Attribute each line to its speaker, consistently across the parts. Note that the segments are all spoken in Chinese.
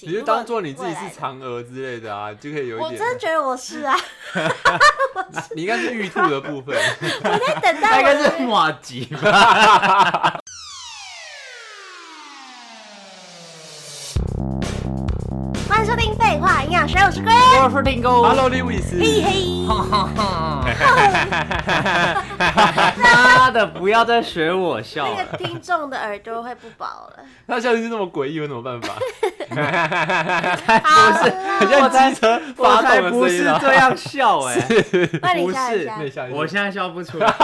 Speaker 1: 你就当做你自己是嫦娥之类的啊，就可以有一
Speaker 2: 我
Speaker 1: 点。
Speaker 2: 真的觉得我是啊，
Speaker 1: 你应该是玉兔的 部分，
Speaker 2: 我在等
Speaker 3: 他
Speaker 2: 待
Speaker 3: 应
Speaker 2: 我
Speaker 3: 该
Speaker 2: 的。
Speaker 3: 是马吉吧？
Speaker 2: 欢迎收听《废话营养学》，我是 g
Speaker 3: 我是听狗。
Speaker 1: Hello Lewis，
Speaker 2: 嘿嘿，
Speaker 3: 妈的，不要再学我笑
Speaker 2: 那
Speaker 3: 了。
Speaker 2: 个听众的耳朵会不保了。
Speaker 1: 他笑是那么诡异，有什么 办法？
Speaker 2: 好
Speaker 1: 很
Speaker 2: 啦，
Speaker 1: 像机车
Speaker 3: 我
Speaker 1: 发
Speaker 3: 才
Speaker 1: 动
Speaker 3: 不
Speaker 1: 的声
Speaker 3: 是
Speaker 1: 音 啊！
Speaker 3: 这样笑哎、
Speaker 2: 那你
Speaker 3: 不
Speaker 2: 笑一
Speaker 3: 是
Speaker 2: 下
Speaker 1: 内，向一点
Speaker 3: 我现在笑不出来。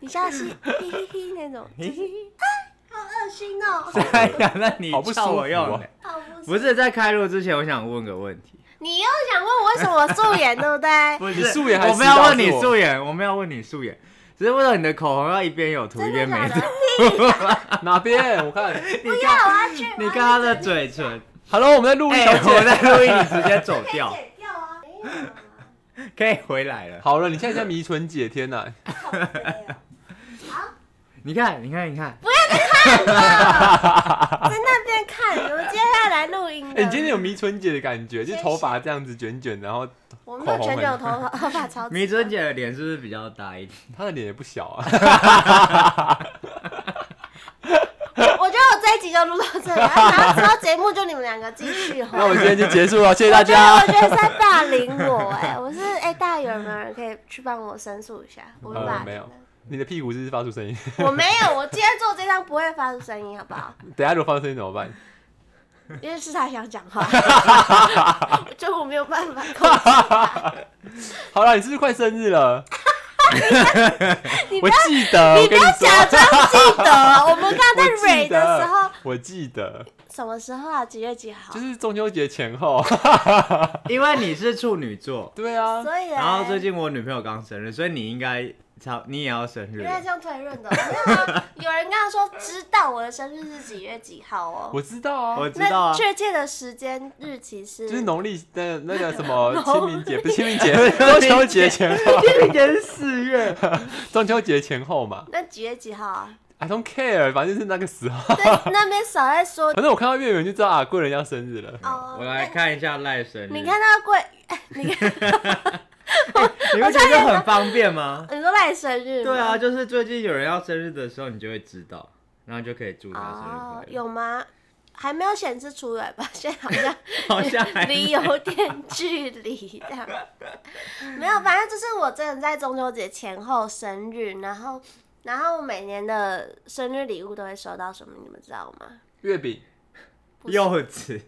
Speaker 2: 你笑的是嘿嘿嘿那种，就是啊好恶心哦，
Speaker 3: 哎呀，那你
Speaker 1: 好不舒服
Speaker 3: 笑
Speaker 1: 啊
Speaker 3: 我用的、
Speaker 2: 好不
Speaker 3: 不
Speaker 2: 是。
Speaker 3: 是在开录之前，我想问个问题。
Speaker 2: 你又想问我为什么我素颜，对不对？
Speaker 3: 不
Speaker 1: 你素颜还是
Speaker 3: 我们要问你
Speaker 1: 知道是我
Speaker 3: 素颜，我们要问你素颜。只是为了你的口红要一边有涂一
Speaker 2: 真
Speaker 3: 边
Speaker 2: 的
Speaker 3: 没
Speaker 2: 假
Speaker 3: 涂。
Speaker 2: 的？
Speaker 1: 哪边？我看
Speaker 3: 你
Speaker 2: 不要
Speaker 3: 看，
Speaker 2: 啊，去！
Speaker 3: 你看他的嘴唇。
Speaker 1: ，Hello，我们在录音
Speaker 3: 哎、
Speaker 1: 小
Speaker 3: 我
Speaker 1: 姐。
Speaker 3: 在录音，你直接走
Speaker 2: 可以
Speaker 3: 掉，
Speaker 2: 剪掉啊，没有啊
Speaker 3: 可以回来了。
Speaker 1: 好了，你现在在迷唇姐，天哪！
Speaker 2: 靠背哦
Speaker 3: 你看，你看，你看，
Speaker 2: 啊在那边看，我们接下来录音的。
Speaker 1: 哎，你今天有迷唇姐的感觉，就头发这样子卷卷，然后
Speaker 2: 我没有全卷头发，头发超直的。
Speaker 3: 迷尊姐的脸是不是比较大一点？
Speaker 1: 她的脸也不小啊。
Speaker 2: 我觉得我这一集就录到这里，然后之后节目就你们两个继续吼。
Speaker 1: 那我今天就结束了，谢谢
Speaker 2: 我
Speaker 1: 大
Speaker 2: 觉得
Speaker 1: 家
Speaker 2: 我。觉得是在霸凌我哎、我是哎、大家有没有人可以去帮我申诉一下？我是霸凌
Speaker 1: 呃
Speaker 2: 的
Speaker 1: 没有你的屁股是不是发出声音，
Speaker 2: 我没有，我今天做这张不会发出声音，好不好？
Speaker 1: 等一下如果发出声音怎么办？
Speaker 2: 因为是他想讲话， 就我没有办法控制他。
Speaker 1: 好了，你是不是快生日了？
Speaker 2: 你不
Speaker 1: 我
Speaker 2: 要，
Speaker 1: 记得，
Speaker 2: 你
Speaker 1: 我
Speaker 2: 不
Speaker 1: 跟
Speaker 2: 要
Speaker 1: 说
Speaker 2: 假装记得。我们刚刚在
Speaker 1: 我
Speaker 2: 蕊
Speaker 1: 记
Speaker 2: 的时候
Speaker 1: 得，，我记得，
Speaker 2: 什么时候啊？几月几号
Speaker 1: 就？是中秋节前后。
Speaker 3: 因为你是处女座，
Speaker 1: 对啊，
Speaker 2: 所以嘞，
Speaker 3: 然后最近我女朋友刚生日，所以你应该差，你也要生日
Speaker 2: 因
Speaker 3: 了。
Speaker 2: 为这样推论的，没有啊？有人刚刚说知道我的生日是几月几号哦，
Speaker 1: 我知道
Speaker 3: 我
Speaker 1: 啊，
Speaker 3: 知道啊
Speaker 2: 那，确切的时间日期是
Speaker 1: 就是农历的那个什 么
Speaker 2: 农历
Speaker 1: 清明节，不是清明节，中秋节前后，
Speaker 3: 今年是四月，
Speaker 1: 中秋节前后嘛。
Speaker 2: 那几月几号啊？
Speaker 1: I don't care，反正就是那个时候。
Speaker 2: 那那边少在 说
Speaker 1: 反正我看到月圆就知道啊，贵人要生日了。
Speaker 2: 哦。
Speaker 3: 我来看一下赖生日。
Speaker 2: 那，你看，到贵，你看
Speaker 3: 你会觉得很方便吗？
Speaker 2: 你说赖生日吗
Speaker 3: 对啊，，就是最近有人要生日的时候，你就会知道，然后就可以祝他生
Speaker 2: 哦
Speaker 3: 日，快乐。
Speaker 2: 有吗？还没有显示出来吧？ 现在好像
Speaker 3: 好像还没
Speaker 2: 离有点距离这样。没有，反正就是我真的在中秋节前后生日，然后然后我每年的生日礼物都会收到什么，你们知道吗？
Speaker 1: 月饼，
Speaker 3: 柚子，肯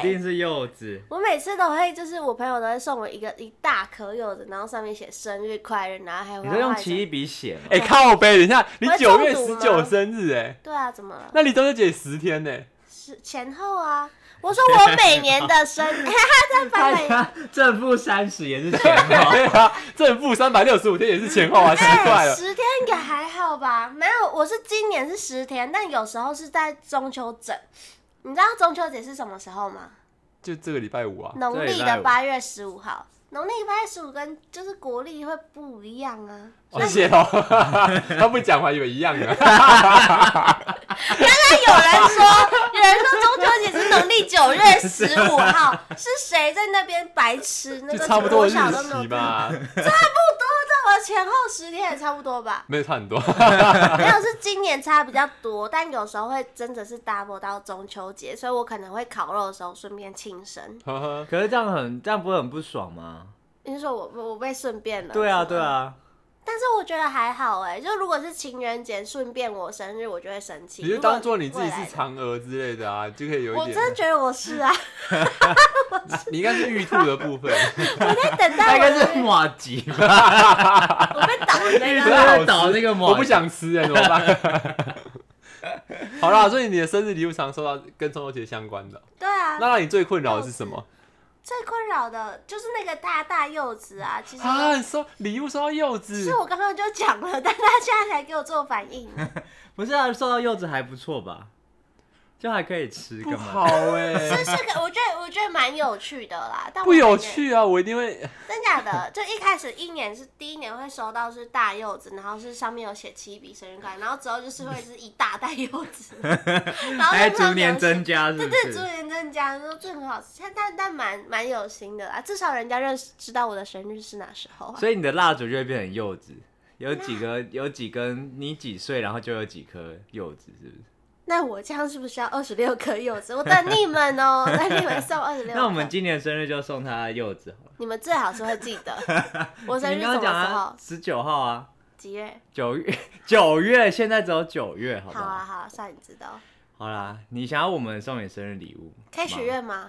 Speaker 2: 对，
Speaker 3: 定啊是柚子。
Speaker 2: 我每次都会，就是我朋友都会送我一个一大颗柚子，然后上面写生日快乐，然后还会
Speaker 3: 你是用
Speaker 2: 画一
Speaker 3: 奇异
Speaker 2: 张
Speaker 3: 笔写吗？
Speaker 1: 哎，靠背，等一下，你
Speaker 2: 哦我会
Speaker 1: 九月
Speaker 2: 中毒
Speaker 1: 十
Speaker 2: 吗
Speaker 1: 九生日，哎，
Speaker 2: 对啊，怎么了？
Speaker 1: 那离中秋节十天呢。
Speaker 2: 是前后啊。我说我每年的生，日， 哈哈，在翻
Speaker 3: 大
Speaker 2: 白眼。
Speaker 3: 家正负三十也是前后。
Speaker 1: 对啊，正负三百六十五天也是前 后啊，奇怪
Speaker 2: 哎，
Speaker 1: 了。
Speaker 2: 十天也还好吧？没有，我是今年是十天，但有时候是在中秋整。你知道中秋节是什么时候吗？
Speaker 1: 就这个礼拜五啊，
Speaker 2: 农历
Speaker 3: 哦这礼拜
Speaker 2: 的
Speaker 3: 五
Speaker 2: 八月十五号。农历八月十五跟就是国历会不一样啊。
Speaker 1: 谢谢哦。 他不讲我还以为一样啊呢。
Speaker 2: 但有人说，有人说中秋节是农历九月十五号，是谁在那边白痴？那
Speaker 1: 就
Speaker 2: 个
Speaker 1: 差不多
Speaker 2: 国
Speaker 1: 的日
Speaker 2: 小都没有
Speaker 1: 期吧，，
Speaker 2: 那我前后十天也差不多吧
Speaker 1: 没有差 很多。
Speaker 2: 没有是今年差比较多，但有时候会真的是 double 到中秋节，所以我可能会烤肉的时候顺便庆生。
Speaker 1: 呵呵
Speaker 3: 可是这样很，这样不会很不 爽吗？
Speaker 2: 你是说我我被顺便了？
Speaker 3: 对啊，
Speaker 2: 是吗
Speaker 3: 对。啊。
Speaker 2: 但是我觉得还好哎、就如果是情人节顺便我生日，我就会生气。
Speaker 1: 你就
Speaker 2: 如果
Speaker 1: 当做你自己
Speaker 2: 未来
Speaker 1: 是嫦娥之类的啊，就可以有
Speaker 2: 我
Speaker 1: 一
Speaker 2: 真
Speaker 1: 点
Speaker 2: 的。觉得我是啊，
Speaker 1: 你应该是玉兔的部 分，
Speaker 2: 我在等待
Speaker 3: 大
Speaker 2: 我
Speaker 3: 概是
Speaker 2: 的，
Speaker 3: 马吉吧，
Speaker 2: 我被挡了
Speaker 3: 一
Speaker 2: 那个。
Speaker 3: 直在倒那个马吉。
Speaker 1: 啊我不想吃哎，怎么办？ 好啦，所以你的生日礼物常收到跟中秋节相关的，哦
Speaker 2: 对啊，
Speaker 1: 那让你最困扰的是什么
Speaker 2: 最困扰的就是那个大大柚子啊，
Speaker 3: 嗯
Speaker 2: 其实
Speaker 1: 啊？你收礼物收到柚子
Speaker 2: 是，我刚刚就讲 了，但他现在才给我做反应。
Speaker 3: 不是啊，收到柚子还不错吧？就还可以吃
Speaker 1: 不
Speaker 3: 干
Speaker 1: 好
Speaker 3: 嘛？
Speaker 1: 哎、
Speaker 2: 这是个我觉得我觉得蛮有趣的啦，但我
Speaker 1: 不有
Speaker 2: 感觉
Speaker 1: 趣啊！我一定会，
Speaker 2: 真假的，就一开始一年是第一年会收到是大柚子，然后是上面有写七笔生日快乐，然后之后就是会是一大袋柚 子，然后
Speaker 3: 还
Speaker 2: 就
Speaker 3: 哎逐年增
Speaker 2: 加，
Speaker 3: 加，是
Speaker 2: 对
Speaker 3: 不
Speaker 2: 对，逐
Speaker 3: 是？
Speaker 2: 年增加，然后这很好吃，但但但蛮蛮有心的啦，至少人家认识知道我的生日是哪时候啊。
Speaker 3: 所以你的蜡烛就会变成柚子，有几个有几根，你几岁然后就有几颗柚子，是不是？
Speaker 2: 那我这样是不是要二十六颗柚子？我等你们哦、等你们送二十六。
Speaker 3: 那我们今年生日就送他柚子好了。
Speaker 2: 你们最好是会记得我生日
Speaker 3: 你
Speaker 2: 什
Speaker 3: 刚
Speaker 2: 么
Speaker 3: 刚讲
Speaker 2: 时
Speaker 3: 啊
Speaker 2: 候，？
Speaker 3: 十九号啊，
Speaker 2: 几月？
Speaker 3: 九月 九月，现在只有九月，好不
Speaker 2: 好啊好啊，算你知道。
Speaker 3: 好啦，你想要我们送你生日礼物？
Speaker 2: 可以许愿吗？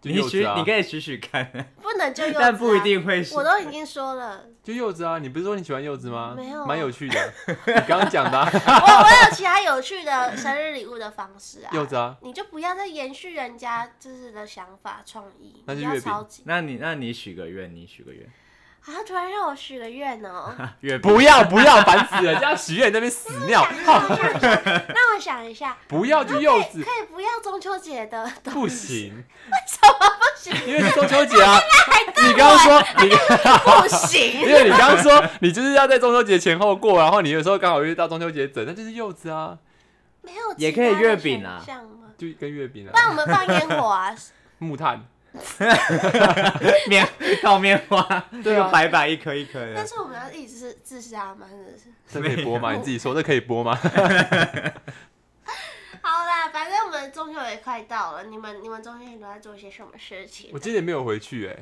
Speaker 1: 就
Speaker 3: 你
Speaker 1: 柚
Speaker 3: 许
Speaker 1: 子啊，
Speaker 3: 你可以许许看，
Speaker 2: 不能就柚子、啊，
Speaker 3: 但不一。定会是
Speaker 2: 我。都已经说了，
Speaker 1: 就柚子啊！你不是说你喜欢柚子吗？
Speaker 2: 没有啊
Speaker 1: 蛮有趣的。你刚刚讲的 啊、
Speaker 2: 我我有其他有趣的生日礼物的方式啊。
Speaker 1: 柚子啊，
Speaker 2: 你就不要再延续人家就是的想法创意，
Speaker 1: 那
Speaker 2: 你
Speaker 1: 就
Speaker 2: 不要
Speaker 1: 月饼
Speaker 2: 超级。
Speaker 3: 那你那你许个愿，你许个愿，
Speaker 2: 啊！
Speaker 3: 啊
Speaker 2: 突然让我许个愿哦，
Speaker 3: 月饼
Speaker 1: 不要不要，烦死了！这样许愿你在那边死尿，
Speaker 2: 让我想一下，让我想一下，
Speaker 1: 不要就柚子
Speaker 2: 可，以不要中秋节的东
Speaker 1: 不行，
Speaker 2: 什么不行？
Speaker 1: 因为是中秋节啊。你刚刚说你。
Speaker 2: 不
Speaker 1: 因
Speaker 2: 行，
Speaker 1: 为你刚刚说你就是要在中秋节前后过，然后你有时候刚好遇到中秋节整，那就是柚子啊，
Speaker 2: 没有
Speaker 3: 也可以月饼啊
Speaker 2: 啊，吗？
Speaker 1: 就跟月饼
Speaker 2: 不然
Speaker 1: 啊，
Speaker 2: 我们放烟火 啊，
Speaker 1: 木炭，
Speaker 3: 棉烤棉花，
Speaker 1: 对啊
Speaker 3: 就白白一颗一颗的
Speaker 2: 但。是我们要一直是自杀吗？真的是。
Speaker 1: 这可以播吗？你自己说这可以播 吗？
Speaker 2: 好啦，反正我们中秋也快到了，你们你们中秋节都在做些什么事情
Speaker 1: 我？今年没有回去哎、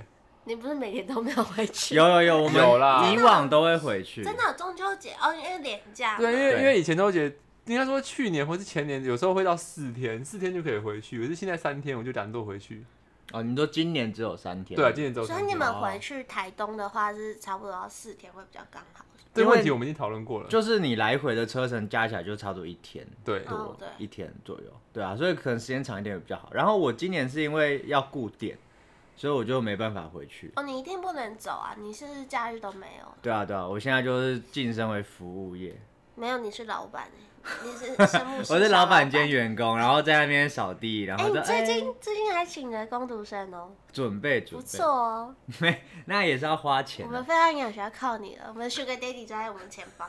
Speaker 2: 你不是每年都没有回去？
Speaker 3: 有有有，我
Speaker 1: 有啦
Speaker 3: 们以往都会回去。
Speaker 2: 真的有中秋节哦，因为廉价嘛。
Speaker 1: 对，因为
Speaker 3: 对
Speaker 1: 因为以前中秋节应该说去年或是前年，有时候会到四天，四天就可以回去，可是现在三天我就懒惰回去。
Speaker 3: 哦，你说今年只有三天？
Speaker 1: 对啊，今年只有
Speaker 2: 所
Speaker 1: 三
Speaker 2: 以你
Speaker 1: 天。
Speaker 2: 们回去台东的话是差不多要四天会比较刚好。
Speaker 1: 这个
Speaker 3: 因为
Speaker 1: 问题我们已经讨论过了，
Speaker 3: 就是你来回的车程加起来就差不多一天
Speaker 1: 对，
Speaker 2: 哦
Speaker 3: 多
Speaker 2: 对，
Speaker 3: 一天左右。对啊，所以可能时间长一点会比较好。然后我今年是因为要顾点，所以我就没办法回去。
Speaker 2: 哦，你一定不能走啊！你是不是假日都没有？
Speaker 3: 对啊，对啊，我现在就是晋升为服务业，
Speaker 2: 没有，你是老板欸、你是生物系
Speaker 3: 我是
Speaker 2: 小老
Speaker 3: 老板兼。员工，然后在那边扫地，然
Speaker 2: 哎、
Speaker 3: 后
Speaker 2: 你
Speaker 3: 就
Speaker 2: 最
Speaker 3: 哎
Speaker 2: 近、最近还请了工读生哦，
Speaker 3: 准备准
Speaker 2: 不
Speaker 3: 备，
Speaker 2: 错哦。
Speaker 3: 没 那也是要花钱
Speaker 2: 我
Speaker 3: 啊、
Speaker 2: 们非常营养学要靠你了，我们的 Sugar Daddy 就在我们前 方。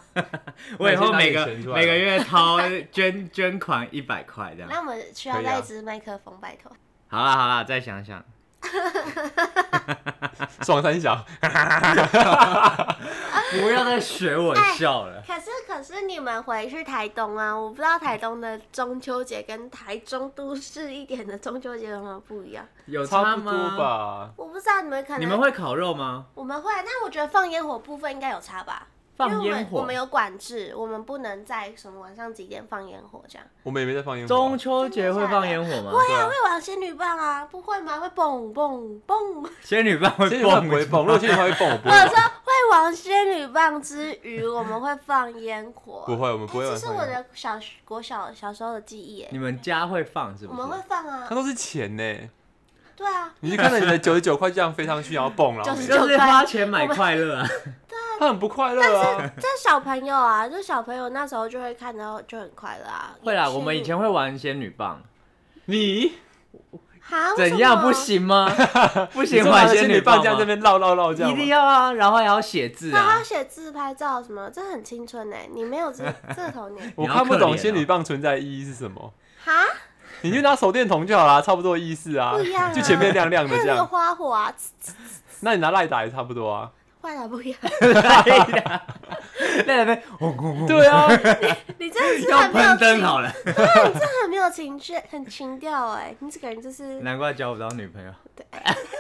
Speaker 3: 我以后
Speaker 1: 那
Speaker 3: 每
Speaker 1: 你先拿
Speaker 3: 个
Speaker 1: 点钱出来
Speaker 3: 每个月掏捐捐款一百块这样。
Speaker 2: 那我们需要
Speaker 3: 可以
Speaker 2: 再
Speaker 3: 啊
Speaker 2: 一支麦克风，拜托。
Speaker 3: 好啦好啦，再想想。
Speaker 1: 爽三小，
Speaker 3: 不要再学我笑了。
Speaker 2: 可是可是你们回去台东啊，我不知道台东的中秋节跟台中都市一点的中秋节有什么不一样，
Speaker 3: 有
Speaker 1: 差
Speaker 3: 差
Speaker 1: 不
Speaker 3: 吗？
Speaker 1: 多吧。
Speaker 2: 我不知道你们可能
Speaker 3: 你们会烤肉吗？
Speaker 2: 我们会，啊但我觉得放烟火部分应该有差吧。因
Speaker 3: 放
Speaker 2: 为我
Speaker 3: 烟
Speaker 2: 们我
Speaker 3: 火
Speaker 2: 们？有管制，我们不能在什么晚上几点放烟火这样。
Speaker 1: 我们也没在放烟火啊、
Speaker 3: 中秋节会放烟火吗？
Speaker 2: 会啊，
Speaker 1: 对啊
Speaker 2: 会玩仙女棒啊，不会吗？会蹦蹦蹦。
Speaker 3: 仙女棒会
Speaker 1: 仙女棒不会蹦，
Speaker 3: 蹦
Speaker 1: 如果仙女棒会蹦，我 不
Speaker 2: 或
Speaker 1: 会
Speaker 2: 者
Speaker 1: 蹦
Speaker 2: 说。会玩仙女棒之余，我们会放烟火。
Speaker 1: 不会，我们不会
Speaker 2: 哎
Speaker 1: 玩
Speaker 2: 这是
Speaker 1: 放
Speaker 2: 我
Speaker 1: 烟火。
Speaker 2: 的小国小小时候的记忆
Speaker 3: 你
Speaker 2: 哎。
Speaker 3: 们家会放是
Speaker 2: 我
Speaker 3: 不
Speaker 2: 们会
Speaker 3: 是？
Speaker 2: 放啊
Speaker 1: 它，都是钱呢，
Speaker 2: 对啊，
Speaker 1: 你就看着你的九十九块这样飞上去，然后蹦，然后
Speaker 2: 就是
Speaker 1: 没
Speaker 3: 就是花钱买快乐啊！
Speaker 1: 他很不快乐啊。
Speaker 2: 这小朋友啊，这小朋友那时候就会看到就很快乐啊。
Speaker 3: 会啦，
Speaker 2: 也是
Speaker 3: 我们以前会玩仙女棒，
Speaker 1: 你
Speaker 2: 啊，为什
Speaker 3: 怎样
Speaker 2: 么
Speaker 3: 不？行 吗？不
Speaker 1: 你
Speaker 3: 行
Speaker 1: 说
Speaker 3: 玩
Speaker 1: 拿着仙
Speaker 3: 女
Speaker 1: 女棒这样
Speaker 3: 吗
Speaker 1: 这？边绕绕绕这样
Speaker 3: 一
Speaker 1: 吗，
Speaker 3: 定要啊，然后还要写字
Speaker 2: 那还
Speaker 3: 啊
Speaker 2: 要。写自拍照什么，这很青春哎、你没 有这这个童年
Speaker 1: 我
Speaker 3: 你好
Speaker 1: 看不
Speaker 3: 可怜
Speaker 1: 懂
Speaker 3: 哦
Speaker 1: 仙女棒存在的意义是什么。
Speaker 2: 哈，
Speaker 1: 你就拿手电筒就好啦，差不多的意思啊
Speaker 2: 不一样啊，
Speaker 1: 就前面亮亮
Speaker 2: 还
Speaker 1: 的
Speaker 2: 有
Speaker 1: 这
Speaker 2: 那个
Speaker 1: 样。
Speaker 2: 花火啊，呲
Speaker 1: 那你拿赖打也差不多 啊。
Speaker 2: 坏了不一样。
Speaker 3: 在那边哦轰轰轰，
Speaker 1: 对啊，
Speaker 2: 你真的是
Speaker 3: 用
Speaker 2: 很没有
Speaker 3: 喷灯
Speaker 2: 情，
Speaker 3: 好了。
Speaker 2: 真的很没有情绪，很情调哎、你这个人就是
Speaker 3: 难怪交不到女朋友。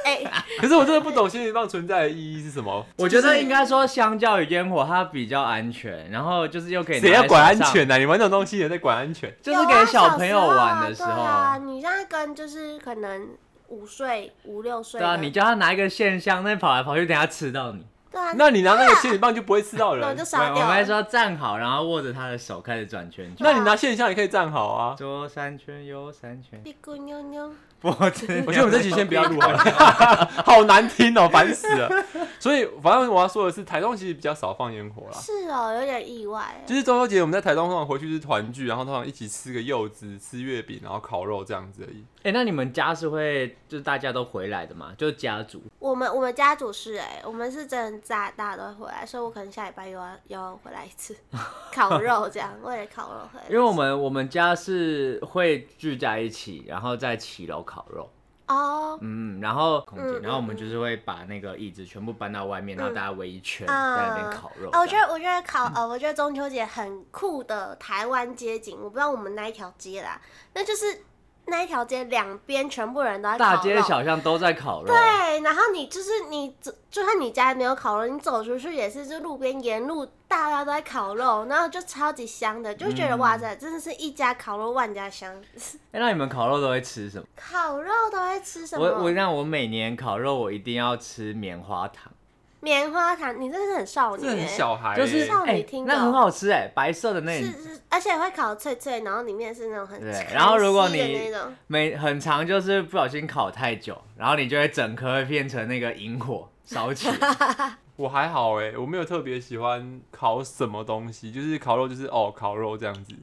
Speaker 2: 哎、
Speaker 1: 可是我真的不懂仙女棒存在的意义是什 么。
Speaker 3: 我觉得应该说，相较于烟火，它比较安全，然后就是又可以拿
Speaker 1: 谁
Speaker 3: 在
Speaker 1: 要管安
Speaker 3: 手上
Speaker 1: 全呢？啊你玩这种东西也在管安 全。
Speaker 2: 啊
Speaker 3: 就是给小朋友玩的时
Speaker 2: 有
Speaker 3: 候，
Speaker 2: 啊小时候啊对啊，你现在跟就是可能五岁、五六岁
Speaker 3: 对
Speaker 2: 的，
Speaker 3: 啊，你叫他拿一个线香，那跑来跑去，等下吃到你。
Speaker 2: 对啊，
Speaker 1: 那你拿那个仙女棒就不会刺 到
Speaker 2: 那我就
Speaker 1: 人，
Speaker 3: 我
Speaker 2: 杀
Speaker 3: 我
Speaker 2: 掉
Speaker 3: 们
Speaker 2: 了
Speaker 3: 会说站好，然后握着他的手开始转圈圈，
Speaker 1: 那你拿线香也可以站好啊。
Speaker 3: 左三圈，右三圈，
Speaker 2: 屁股妞妞，
Speaker 3: 脖子。
Speaker 1: 我觉得我们这期先不要录好了， 好难听哦，烦死 了。所以反正我要说的是，台中其实比较少放烟火啦。
Speaker 2: 是哦，有点意外。
Speaker 1: 就是中秋节我们在台中通常回去是团聚，然后通常一起吃个柚子、吃月饼，然后烤肉这样子而已。
Speaker 3: 哎、那你们家是会就是大家都回来的嘛？就是家族
Speaker 2: 我们我们家族是哎、我们是真的炸，大家都会回来，所以我可能下礼拜又要又要回来一 次烤肉，这样为了烤肉回来。
Speaker 3: 因为我们我们家是会聚在一起，然后在骑楼烤肉，
Speaker 2: 哦，
Speaker 3: 嗯，然后空
Speaker 2: 嗯
Speaker 3: 间，然后我们就是会把那个椅子全部搬到外面，然后大家围一圈在
Speaker 2: 啊
Speaker 3: 那边烤肉。
Speaker 2: 啊我觉得我觉得烤呃，我觉得中秋节很酷的台湾街景，我不知道我们那一条街啦，那就是那一条街两边全部人都在
Speaker 3: 大
Speaker 2: 烤
Speaker 3: 街
Speaker 2: 肉。
Speaker 3: 小巷都在烤肉，啊
Speaker 2: 对，然后你就是你走，就算你家里没有烤肉，你走出去也是，就路边沿路大家都在烤肉，然后就超级香的，就会觉
Speaker 3: 嗯
Speaker 2: 得、哇塞，真的是一家烤肉万家香。
Speaker 3: 哎、那你们烤肉都会吃什么？
Speaker 2: 烤肉都会吃什么？
Speaker 3: 我我让我每年烤肉，我一定要吃棉花糖，
Speaker 2: 棉花糖，你真的是很少女、
Speaker 1: 这
Speaker 2: 欸，
Speaker 1: 很小孩、欸，
Speaker 3: 就是
Speaker 2: 少女
Speaker 3: 哎、
Speaker 2: 哦听到
Speaker 3: 那很好吃哎、白色的那
Speaker 2: 是是，而且会烤脆脆，然后里面是那种很
Speaker 3: 对
Speaker 2: 开心
Speaker 3: 然后如果
Speaker 2: 的
Speaker 3: 你
Speaker 2: 那种，
Speaker 3: 每很长就是不小心烤太久，然后你就会整颗会变成那个萤火烧起来。
Speaker 1: 我还好哎、我没有特别喜欢烤什么东西，就是烤肉就是哦烤肉这样子。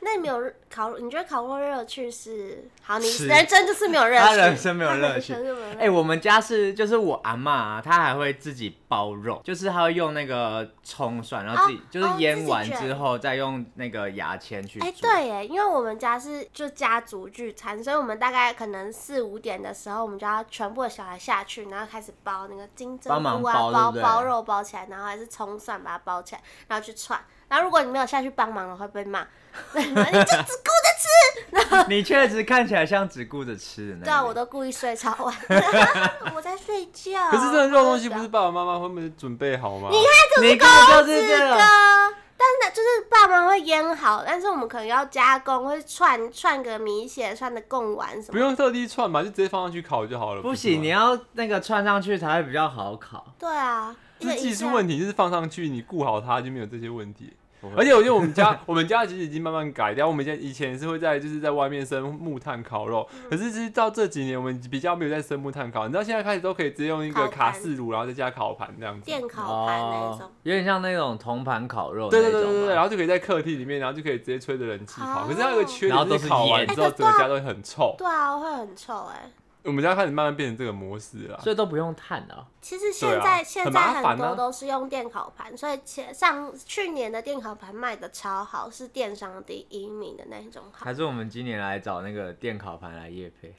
Speaker 2: 那你没有烤肉？你觉得烤肉乐趣是？好，你
Speaker 3: 吃
Speaker 2: 人生就是没有乐趣，
Speaker 3: 他人生没有乐趣
Speaker 2: 他人生就没有乐
Speaker 3: 哎、我们家是就是我阿妈、啊，她还会自己包肉，就是她会用那个葱蒜，然后自己、
Speaker 2: 哦
Speaker 3: 就是
Speaker 2: 哦自
Speaker 3: 腌
Speaker 2: 己
Speaker 3: 完
Speaker 2: 卷
Speaker 3: 之后再用那个牙签去
Speaker 2: 哎、
Speaker 3: 做。
Speaker 2: 对耶，因为我们家是就家族聚餐，所以我们大概可能四五点的时候，我们就要全部的小孩下去，然后开始包那个金针
Speaker 3: 帮
Speaker 2: 菇啊，包
Speaker 3: 忙包对不对
Speaker 2: 肉包起来，然后还是葱蒜把它包起来，然后去串。然后如果你没有下去帮忙的话，会被骂。 对你就只顾
Speaker 3: 你确实看起来像只顾着吃的那
Speaker 2: 对啊，我
Speaker 3: 都
Speaker 2: 都故意睡超晚， 我在睡觉。
Speaker 1: 可是这肉东西不是爸爸妈妈他们准备好吗？
Speaker 3: 你根本就
Speaker 2: 这
Speaker 3: 是这
Speaker 2: 个
Speaker 3: 样。，
Speaker 1: 啊
Speaker 2: 但是呢，就是爸妈会腌好，但是我们可能要加工，会串串个米血，串的贡丸什么的
Speaker 1: 不用特地串吧，就直接放上去烤就好了。
Speaker 3: 不
Speaker 1: 是吗
Speaker 3: 行，你要那个串上去才会比较好烤。
Speaker 2: 对啊，
Speaker 1: 这是技术
Speaker 2: 题。
Speaker 1: 问题，就是放上去你顾好它就没有这些问题
Speaker 3: 不。会
Speaker 1: 而且我觉得我们家我们家其实已经慢慢改掉，我们以前以前是会在就是在外面生木炭烤肉，
Speaker 2: 嗯
Speaker 1: 可是是到这几年我们比较没有在生木炭烤，你知道现在开始都可以直接用一个
Speaker 2: 烤盘
Speaker 1: 卡式炉，然后再加烤盘这样子。
Speaker 2: 电烤盘那种。
Speaker 3: 哦有点像那种铜盘烤肉
Speaker 1: 对
Speaker 3: 那
Speaker 1: 对对
Speaker 3: 种
Speaker 1: 对对，然
Speaker 3: 嘛
Speaker 1: 后就可以在客厅里面，然后就可以直接吹着冷气烤。
Speaker 2: 哦
Speaker 1: 可是它有个缺
Speaker 3: 然后
Speaker 1: 点，
Speaker 3: 都
Speaker 1: 就是是烤完
Speaker 3: 烟
Speaker 1: 之
Speaker 2: 哎
Speaker 1: 后
Speaker 2: 可是
Speaker 1: 整个家都会很臭。
Speaker 2: 对啊，会很臭哎、
Speaker 1: 我们家开始慢慢变成这个模式了。
Speaker 3: 所以都不用炭的哦、
Speaker 2: 其实现
Speaker 1: 对
Speaker 2: 在、
Speaker 1: 啊
Speaker 2: 现
Speaker 1: 很
Speaker 2: 在
Speaker 1: 麻烦啊
Speaker 2: 很多都是用电烤盘，所以前上去年的电烤盘卖的超好，是电商第一名的那一种好。
Speaker 3: 还是我们今年来找那个电烤盘来夜配？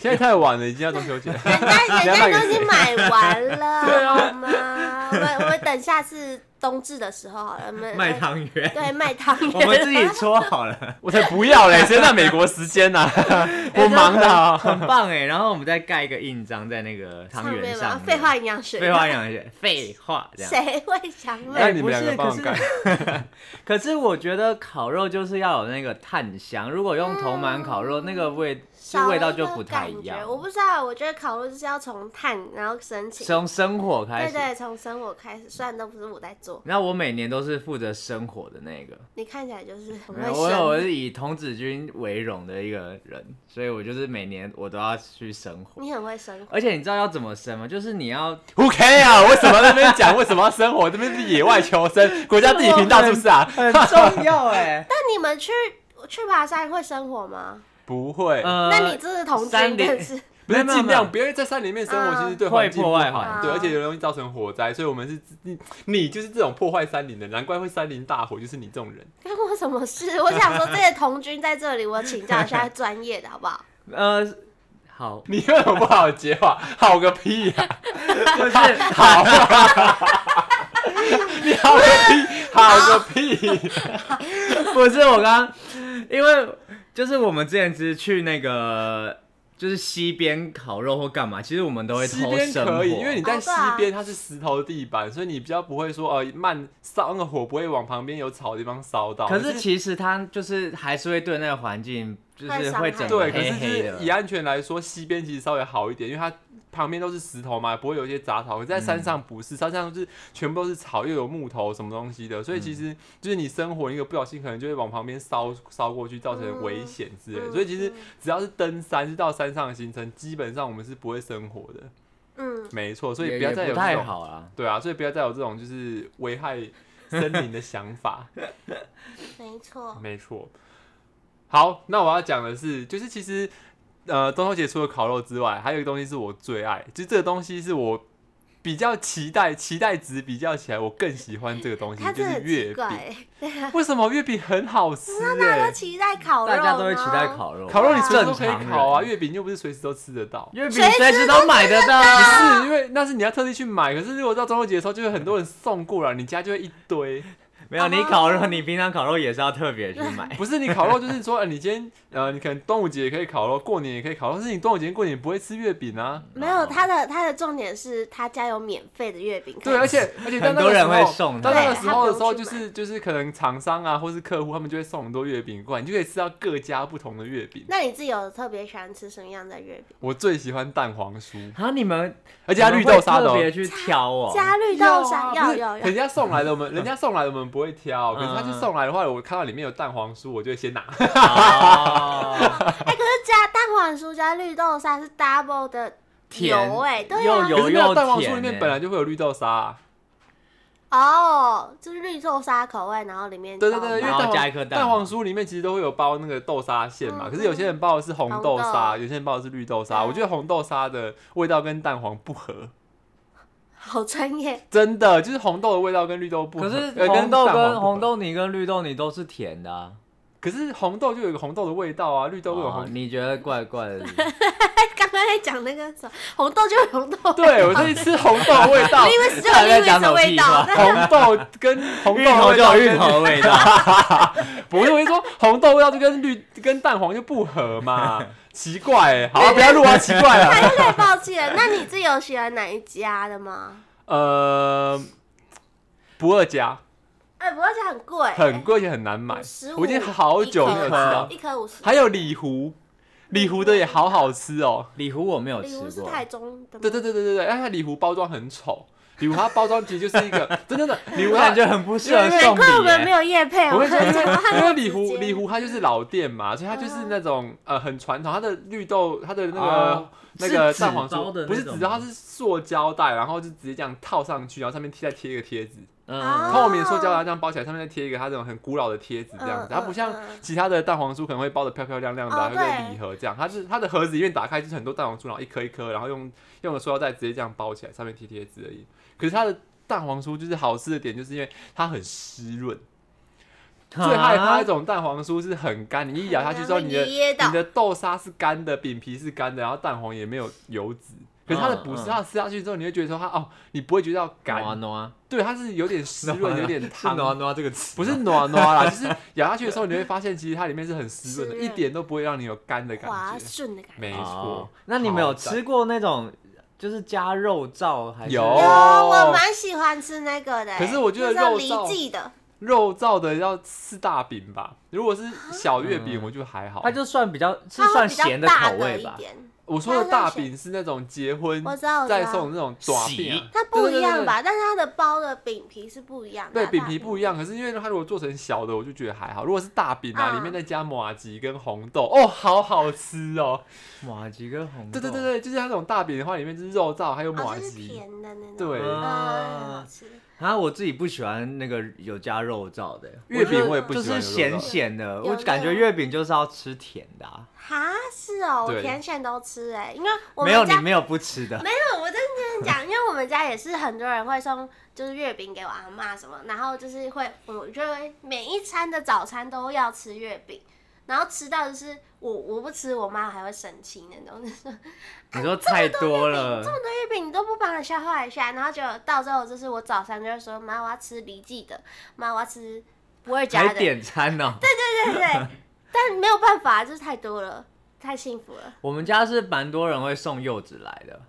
Speaker 1: 现在太晚了，已经要中秋节了。
Speaker 2: 人家
Speaker 1: 你
Speaker 2: 人家都
Speaker 1: 要卖给
Speaker 2: 已
Speaker 1: 谁
Speaker 2: 经买完 了，
Speaker 1: 对啊
Speaker 2: 好吗？我们我们等下次冬至的时候好了，我们
Speaker 3: 啊卖汤圆，
Speaker 2: 对卖汤圆，
Speaker 3: 我们自己搓好了。
Speaker 1: 我才不要嘞！谁在美国时间呐、
Speaker 2: 哎
Speaker 1: 我忙的、
Speaker 3: 啊，
Speaker 1: 啊。
Speaker 3: 很棒哎。然后我们再盖一个印章在那个汤圆
Speaker 2: 面嘛
Speaker 3: 上，面，
Speaker 2: 废话营养学，
Speaker 3: 废话养 学，废话这样。
Speaker 2: 谁会想
Speaker 1: 那
Speaker 2: 买？
Speaker 1: 你们两个帮我
Speaker 3: 哎不是
Speaker 1: 改
Speaker 3: 可，可是我觉得烤肉就是要有那个炭香，如果用铜板烤肉，那个味就
Speaker 2: 少
Speaker 3: 味道
Speaker 2: 一
Speaker 3: 就
Speaker 2: 个
Speaker 3: 不
Speaker 2: 嗯
Speaker 3: 太
Speaker 2: 感
Speaker 3: 一
Speaker 2: 觉
Speaker 3: 样。
Speaker 2: 我不知道，我觉得烤肉就是要从碳然后申请，
Speaker 3: 从生火开
Speaker 2: 对
Speaker 3: 始。
Speaker 2: 对，从生活开始，虽然都不是我在做，
Speaker 3: 然后我每年都是负责生火的那个，
Speaker 2: 你看起来就是很
Speaker 3: 没
Speaker 2: 会
Speaker 3: 有我有我
Speaker 2: 生，
Speaker 3: 是以童子军为荣的一个人，所以我就是每年我都要去生火。
Speaker 2: 你很会生活。
Speaker 3: 而且你知道要怎么生吗？就是你要
Speaker 1: Who care 啊？为什么那边讲为什么要生活？这边是野外求生，国家地理频道是不是 啊？
Speaker 3: 很重要 哎、
Speaker 2: 那你们去去爬山会生活吗？
Speaker 1: 不会，
Speaker 3: 呃，
Speaker 2: 那你这是同
Speaker 3: 山
Speaker 2: 军，
Speaker 3: 林
Speaker 2: 但是
Speaker 1: 不是
Speaker 3: 没有
Speaker 1: 尽
Speaker 3: 没有啊
Speaker 1: 量不要在山里面生活，
Speaker 2: 嗯
Speaker 1: 其实对环境不
Speaker 3: 会破坏
Speaker 1: 好
Speaker 3: 环
Speaker 2: 境
Speaker 1: 对，而且容易造成火灾，所以我们是你你就是这种破坏山林的，难怪会山林大火，就是你这种人。
Speaker 2: 关我什么事？我想说这些童军在这里，我请教一下专业的好 不好？
Speaker 3: 呃，好，
Speaker 1: 你为什么不好接话？好个屁呀、
Speaker 3: 就是
Speaker 1: 好啊！ 你好个屁，好个屁！
Speaker 3: 不是我刚，因为就是我们之前只是去那个就是溪边烤肉或干嘛，其实我们都会
Speaker 1: 西
Speaker 3: 偷
Speaker 1: 边
Speaker 3: 生火，
Speaker 1: 可以，因为你在
Speaker 2: 哦
Speaker 1: 西
Speaker 2: 对啊
Speaker 1: 边它是石头地板，所以你比较不会说呃慢烧那个火不会往旁边有草的地方烧到。
Speaker 3: 可是其实它就是还是会对那个环境就是会整个
Speaker 1: 对，
Speaker 2: 会
Speaker 1: 可
Speaker 3: 黑
Speaker 1: 是就
Speaker 3: 黑
Speaker 1: 是以
Speaker 3: 的。
Speaker 1: 安全来说，西边其实稍微好一点，因为它旁边都是石头嘛，不会有一些杂草。可是在
Speaker 3: 嗯
Speaker 1: 山上不是，山上就是全部都是草，又有木头什么东西的，所以其
Speaker 3: 嗯
Speaker 1: 实就是你生活一个不小心，可能就会往旁边烧烧过去，造成危险之类的。
Speaker 2: 嗯
Speaker 1: 所以其实只要是登山，是到山上的行程，基本上我们是不会生活的。
Speaker 2: 嗯，
Speaker 1: 没错，所以
Speaker 3: 也
Speaker 1: 不要
Speaker 3: 也
Speaker 1: 再有
Speaker 3: 不
Speaker 1: 这
Speaker 3: 太
Speaker 1: 种
Speaker 3: 好啦。
Speaker 1: 对啊，所以不要再有这种就是危害森林的 想法。
Speaker 2: 没错，
Speaker 1: 没错。好，那我要讲的是，就是其实呃，中秋节除了烤肉之外，还有一个东西是我最爱，就这个东西是我比较期待，期待值比较起来，我更喜欢这个
Speaker 3: 嗯
Speaker 1: 东西，
Speaker 2: 他
Speaker 1: 就
Speaker 2: 真的
Speaker 1: 是
Speaker 2: 很奇
Speaker 1: 月
Speaker 2: 怪
Speaker 1: 饼。
Speaker 2: 欸，
Speaker 1: 为什么月饼很好吃、
Speaker 2: 大家
Speaker 1: 欸
Speaker 2: 都？期待烤肉，
Speaker 3: 大家都会期待，烤
Speaker 2: 啊
Speaker 3: 肉，啊
Speaker 1: 烤肉你随时都可
Speaker 3: 正
Speaker 1: 以
Speaker 3: 常人
Speaker 1: 烤啊，，月饼又不是随时都吃得到。
Speaker 3: 月饼随时都买得到。啊
Speaker 1: 不
Speaker 2: 啊
Speaker 1: 是，因为那是你要特地去买，可是如果到中秋节的时候，就会很多人送过来，你家就会一堆。
Speaker 3: 没有，你烤肉，你平常烤肉也是要特别去 买。
Speaker 1: 不是你烤肉，就是说，呃你今天呃，你可能端午节也可以烤肉，过年也可以烤肉，但是你端午节过年不会吃月饼啊。
Speaker 3: 嗯
Speaker 2: 没有他的他的重点是他家有免费的月饼可以吃，
Speaker 1: 对，而且而且到
Speaker 3: 很
Speaker 1: 那个
Speaker 3: 多
Speaker 1: 时
Speaker 3: 人会
Speaker 1: 候，
Speaker 3: 送
Speaker 1: 到
Speaker 3: 的
Speaker 1: 那个时候的时候，
Speaker 2: 对
Speaker 1: 就
Speaker 2: 他不用
Speaker 1: 是就是可能厂商啊，或是客户，他们就会送很多月饼过来，你就可以吃到各家不同的月饼。
Speaker 2: 那你自己有特别喜欢吃什么样的月饼？
Speaker 1: 我最喜欢蛋黄酥，
Speaker 3: 啊，你们
Speaker 1: 而且它绿豆沙的
Speaker 3: 特
Speaker 1: 哦。
Speaker 3: 别去 挑哦，
Speaker 2: 加绿豆沙，要
Speaker 1: 要啊不
Speaker 2: 要
Speaker 1: 是
Speaker 2: 要
Speaker 1: 人，家送来的
Speaker 2: 嗯
Speaker 1: 我们，人家送来的我们不会挑，可是他
Speaker 3: 嗯
Speaker 1: 就送来的话，我看到里面有蛋黄酥，我就会先拿。
Speaker 3: 哦
Speaker 2: 哎，可是加蛋黄酥加绿豆沙是 double 的
Speaker 3: 甜
Speaker 2: 油哎，对
Speaker 3: 又
Speaker 2: 啊，
Speaker 1: 可
Speaker 3: 有
Speaker 1: 是没有蛋黄
Speaker 3: 甜
Speaker 1: 酥里面
Speaker 3: 欸
Speaker 1: 本来就会有绿豆沙啊，
Speaker 2: 哦，就是绿豆沙口味，然后里面
Speaker 1: 对对对，因为
Speaker 2: 包
Speaker 1: 蛋
Speaker 3: 然后
Speaker 1: 黄
Speaker 3: 加一颗蛋
Speaker 1: 蛋黄酥里面其实都会有包那个豆沙馅嘛，
Speaker 2: 嗯
Speaker 1: 可是有些人包的是红豆
Speaker 2: 红
Speaker 1: 沙，
Speaker 2: 豆
Speaker 1: 有些人包的是绿豆沙。
Speaker 2: 嗯
Speaker 1: 我觉得红豆沙的味道跟蛋黄不合，
Speaker 2: 好专业，
Speaker 1: 真的就是红豆的味道跟绿豆不合。
Speaker 3: 可是
Speaker 1: 呃
Speaker 3: 红豆
Speaker 1: 蛋黄不
Speaker 3: 跟
Speaker 1: 合
Speaker 3: 红，豆泥跟绿豆泥都是甜的啊，
Speaker 1: 可是红豆就有一个红豆的味道啊，绿豆会有
Speaker 3: 哦
Speaker 1: 红。
Speaker 3: 你觉得怪怪的？
Speaker 2: 哎，刚刚在讲那个什么红豆就是红豆，
Speaker 1: 对啊我最近吃红豆的味 道
Speaker 2: 你，以为是这
Speaker 3: 到底
Speaker 2: 个
Speaker 3: 在
Speaker 2: 意味
Speaker 3: 讲什
Speaker 2: 的
Speaker 3: 么
Speaker 2: 味
Speaker 3: 屁
Speaker 2: 道
Speaker 3: 话，
Speaker 2: 但
Speaker 1: 红豆 跟 红豆
Speaker 3: 芋
Speaker 1: 的
Speaker 3: 头
Speaker 1: 味
Speaker 3: 就
Speaker 1: 道
Speaker 3: 有
Speaker 1: 跟
Speaker 3: 芋头的味道，
Speaker 1: 不是，我就说红豆味道就跟绿跟蛋黄就不合嘛， 奇怪欸。好啊，不要录啊，奇怪啊。
Speaker 2: 太太抱歉了。那你自己有喜欢哪一家的吗？
Speaker 1: 呃，不二家
Speaker 2: 哎、不过这很贵、
Speaker 1: 很贵，而且很难买。
Speaker 2: 十五，
Speaker 1: 我已经好久没有吃到。
Speaker 2: 一颗五十，
Speaker 1: 还有李湖，李湖的也好好吃哦。
Speaker 3: 礼糊我没有
Speaker 2: 礼
Speaker 3: 吃
Speaker 2: 物是
Speaker 3: 过，
Speaker 2: 台中的吗，
Speaker 1: 啊对对对对对对，但它李湖包装很丑，李湖它包装其实就是一 个真的真的李
Speaker 3: 我
Speaker 1: 湖它
Speaker 3: 感觉很不适合
Speaker 2: 难
Speaker 3: 送礼
Speaker 2: 怪我们没
Speaker 3: 耶。
Speaker 2: 有夜配，
Speaker 1: 我会觉
Speaker 2: 们
Speaker 1: 得，因为李
Speaker 2: 直
Speaker 1: 湖
Speaker 2: 接
Speaker 1: 李湖它就是老店嘛，所以
Speaker 3: 啊
Speaker 1: 它就是那种呃很传统，它的绿豆它的那个
Speaker 3: 哦
Speaker 1: 那个
Speaker 3: 是
Speaker 1: 蛋黄
Speaker 3: 纸包的
Speaker 1: 酥
Speaker 3: 那
Speaker 1: 不是
Speaker 3: 种
Speaker 1: 纸包，它
Speaker 3: 吗
Speaker 1: 是塑胶袋，然后就直接这样套上去，然后上面贴再贴一个贴纸，
Speaker 2: 啊
Speaker 3: 嗯
Speaker 1: 透明塑胶袋这样包起来，上面再贴一个它这种很古老的贴纸这样子，
Speaker 2: 嗯
Speaker 1: 它不像
Speaker 2: 嗯嗯
Speaker 1: 其他的蛋黄酥可能会包的漂漂亮亮的
Speaker 2: 哦
Speaker 1: 啊，会被
Speaker 2: 对
Speaker 1: 礼盒这样，它是它的盒子里面打开就是很多蛋黄酥，然后一颗一颗，然后用用的塑料袋直接这样包起来，上面贴贴纸而已。可是它的蛋黄酥就是好吃的点，就是因为它很湿润。
Speaker 3: 啊
Speaker 1: 最害怕那种蛋黄酥是很干，你一咬下去之后，
Speaker 2: 然后
Speaker 1: 你的
Speaker 2: 你嗯噎到
Speaker 1: 你的豆沙是干的，饼皮是干的，然后蛋黄也没有油脂。可是它的不是，
Speaker 3: 嗯嗯
Speaker 1: 它吃下去之后，你会觉得说它哦，你不会觉得到干，
Speaker 3: 暖
Speaker 1: 对，它是有点 湿润，有点
Speaker 3: 啊是
Speaker 1: 汤，
Speaker 3: 暖啊暖这个词，
Speaker 1: 不是暖暖啦，就是咬下去的时候，你会发现其实它里面是很湿润的，
Speaker 2: 湿
Speaker 1: 一
Speaker 2: 润
Speaker 1: 点都不会让你有干的感
Speaker 2: 滑
Speaker 1: 觉。
Speaker 2: 顺的感觉。
Speaker 1: 没
Speaker 3: 哦
Speaker 1: 错，
Speaker 3: 那你们有
Speaker 1: 好赞
Speaker 3: 吃过那种就是加肉燥还是
Speaker 1: 有
Speaker 2: 有，
Speaker 1: 哦
Speaker 2: 我蛮喜欢吃那个的、欸
Speaker 1: 可是我觉得
Speaker 2: 那叫
Speaker 1: 肉
Speaker 2: 李
Speaker 1: 燥
Speaker 2: 记的，
Speaker 1: 肉燥的要四大饼吧？如果是小月饼，
Speaker 3: 嗯
Speaker 1: 我就还好。
Speaker 3: 它就算比较是
Speaker 2: 它会
Speaker 3: 算
Speaker 2: 比较
Speaker 3: 咸
Speaker 2: 大
Speaker 3: 口
Speaker 2: 个
Speaker 3: 味
Speaker 2: 一
Speaker 3: 吧？
Speaker 2: 点，
Speaker 1: 我说的大饼是那种结婚
Speaker 2: 我知道，我知
Speaker 1: 再
Speaker 2: 道
Speaker 1: 送，的那种短饼啊
Speaker 3: 喜，
Speaker 2: 它不一样吧？但是它的包的饼皮是不一样的
Speaker 1: 对，
Speaker 2: 啊，
Speaker 1: 饼
Speaker 2: 大
Speaker 1: 皮不一样，可是因为它如果做成小的，我就觉得还好。如果是大饼啊，
Speaker 2: 嗯
Speaker 1: 里面再加马吉跟红豆，哦，好好吃哦！
Speaker 3: 哇，几个红
Speaker 1: 对
Speaker 3: 豆，
Speaker 1: 对对对，就是它那种大饼的话，里面就是肉燥还有
Speaker 2: 哦，
Speaker 1: 马
Speaker 2: 就是
Speaker 1: 吉，
Speaker 2: 甜的那种，
Speaker 1: 对
Speaker 2: 嗯很好
Speaker 3: 啊，
Speaker 2: 吃。
Speaker 3: 啊，我自己不喜欢那个有加肉燥的，
Speaker 1: 月饼我也
Speaker 2: 觉得
Speaker 1: 不
Speaker 3: 就
Speaker 1: 喜欢
Speaker 3: 是
Speaker 1: 有肉燥。
Speaker 3: 咸咸的，我
Speaker 2: 有
Speaker 3: 感觉
Speaker 2: 肉
Speaker 3: 月饼就是要吃甜的啊。
Speaker 2: 哈，是哦，我
Speaker 1: 对
Speaker 2: 甜馅都吃哎、因为我
Speaker 3: 没有
Speaker 2: 们
Speaker 3: 你
Speaker 2: 家
Speaker 3: 没有不吃的，
Speaker 2: 没有，我真的跟你讲，因为我们家也是很多人会送就是月饼给我阿妈什么，然后就是会，我就会每一餐的早餐都要吃月饼，然后吃到就是我我不吃，我妈还会生气那种，就说
Speaker 3: 你说太多了
Speaker 2: 这。么多月饼你都不帮我消化一下，然后就到最后就是我早上就会说妈我要吃李记的，妈我要吃不二家
Speaker 3: 还
Speaker 2: 的，对
Speaker 3: 点餐哦呢、
Speaker 2: 对对，但没有办法，就是太多了，太幸福了。
Speaker 3: 我们家是蛮多人会送柚子来的，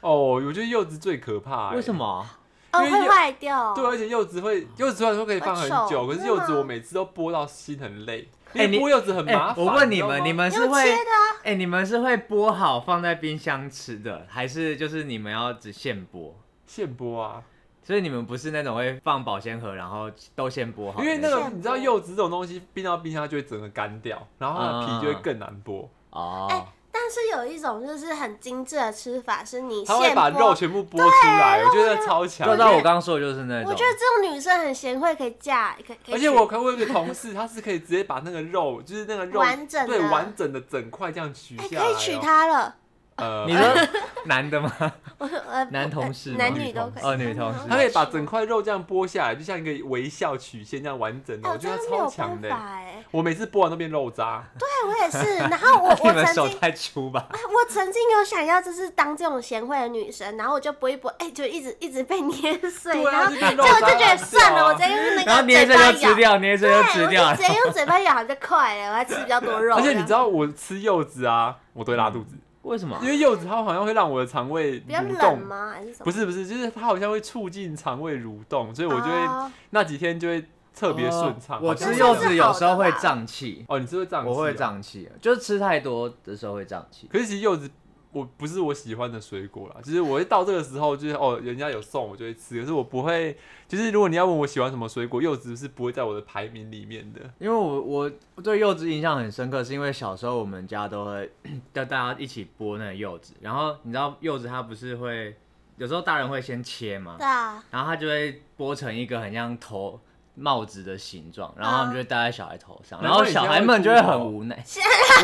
Speaker 1: 哦，我觉得柚子最可怕、欸。
Speaker 3: 为什？么？
Speaker 2: 哦，
Speaker 1: 因为
Speaker 2: 会
Speaker 1: 柚
Speaker 2: 坏掉。
Speaker 1: 对，而且柚子会，柚子虽然说可以放很
Speaker 2: 会
Speaker 1: 久，
Speaker 2: 臭
Speaker 1: 可是柚
Speaker 2: 真
Speaker 1: 子
Speaker 2: 的吗
Speaker 1: 我每次都剥到心很累，因为
Speaker 3: 你
Speaker 1: 剥柚子很
Speaker 3: 哎、
Speaker 1: 麻烦。
Speaker 3: 我问
Speaker 1: 你知
Speaker 3: 你
Speaker 1: 道
Speaker 3: 们，
Speaker 1: 吗
Speaker 3: 你们是
Speaker 2: 用
Speaker 3: 会
Speaker 2: 切的啊，
Speaker 3: 哎、你们是会剥好放在冰箱吃的，还是就是你们要只现剥？
Speaker 1: 现剥啊，
Speaker 3: 所以你们不是那种会放保鲜盒，然后都先剥好
Speaker 1: 因为那
Speaker 3: 的种？
Speaker 1: 个
Speaker 2: 现剥
Speaker 1: 你知道柚子这种东西冰到冰箱它就会整个干掉，然后它的皮就会更难剥。
Speaker 3: 哦，
Speaker 2: 哎但是有一种就是很精致的吃法，是你
Speaker 1: 它会
Speaker 2: 现
Speaker 1: 把肉
Speaker 2: 剥。啊
Speaker 1: 全部剥出来，我觉得超强
Speaker 3: 就。到我刚刚说的就是那种，
Speaker 2: 我觉得这种女生很贤惠，可以嫁，可以可以娶。
Speaker 1: 而且我看过一个同事，他是可以直接把那个肉，就是那个肉
Speaker 2: 完整的
Speaker 1: 对完整的整块这样取
Speaker 2: 哎、
Speaker 1: 下来、哦
Speaker 2: 可以娶。她了。
Speaker 1: 呃，
Speaker 3: 你说男的吗？
Speaker 2: 我 呃，
Speaker 3: 男同事吗
Speaker 2: 男女都可以。嗯
Speaker 3: 哦女同事
Speaker 1: 他可以把整块肉这样剥下来，就像一个微笑曲线这样完整的，
Speaker 2: 哎，
Speaker 1: 我
Speaker 2: 我
Speaker 1: 觉
Speaker 2: 真
Speaker 1: 得
Speaker 2: 的
Speaker 1: 他
Speaker 2: 没
Speaker 1: 超
Speaker 2: 有
Speaker 1: 强
Speaker 2: 办
Speaker 1: 的、欸
Speaker 2: 法哎、
Speaker 1: 我每次剥完都变肉渣，
Speaker 2: 对我也是。然后 我
Speaker 3: 你
Speaker 2: 我
Speaker 3: 们
Speaker 2: 曾
Speaker 3: 手
Speaker 2: 经
Speaker 3: 太粗吧？
Speaker 2: 啊我曾经有想要就是当这种贤惠的女生，然后我就不一不哎、就一直一直被捏碎，
Speaker 1: 对啊，
Speaker 2: 然
Speaker 1: 就
Speaker 2: 后 就
Speaker 1: 变肉
Speaker 2: 我
Speaker 1: 渣
Speaker 2: 就觉得
Speaker 1: 烂掉
Speaker 2: 算了，
Speaker 1: 啊
Speaker 2: 我直接用那
Speaker 3: 然后
Speaker 2: 个
Speaker 3: 捏一
Speaker 2: 嘴巴
Speaker 3: 下就吃
Speaker 2: 咬，
Speaker 3: 掉，捏一下
Speaker 2: 对，
Speaker 3: 就吃掉
Speaker 2: 我
Speaker 3: 了
Speaker 2: 就。直接用嘴巴咬比较快了，我还吃比较多肉。
Speaker 1: 而且你知
Speaker 2: 道
Speaker 1: 道我吃柚子啊，我都会拉肚子，
Speaker 3: 为什么
Speaker 1: 因？为柚子它好像会让我的肠胃
Speaker 2: 嗯比较
Speaker 1: 蠕
Speaker 2: 冷
Speaker 1: 动，
Speaker 2: 吗？还是什么？
Speaker 1: 不是不是，就是它好像会促进肠胃蠕动，所以我就会、
Speaker 2: 哦
Speaker 1: 那几天就会特别顺畅。
Speaker 3: 哦我
Speaker 1: 好像
Speaker 3: 吃
Speaker 1: 是
Speaker 3: 柚子有时候会胀气，
Speaker 1: 哦，你是会胀气、
Speaker 3: 我会。胀气，就是吃太多的时候会胀气。
Speaker 1: 可是其实柚子我不是我喜欢的水果啦，就是我会到这个时候就是哦，人家有送我就会吃，可是我不会，就是如果你要问我喜欢什么水果，柚子是不会在我的排名里面的。
Speaker 3: 因为我我对柚子印象很深刻，是因为小时候我们家都会 叫大家一起剥那个柚子，然后你知道柚子它不是会有时候大人会先切嘛，
Speaker 2: 对啊，
Speaker 3: 然后它就会剥成一个很像头帽子的形状，然后他们就会戴在小孩头上，
Speaker 1: 啊
Speaker 3: 然后小孩们就会很无奈，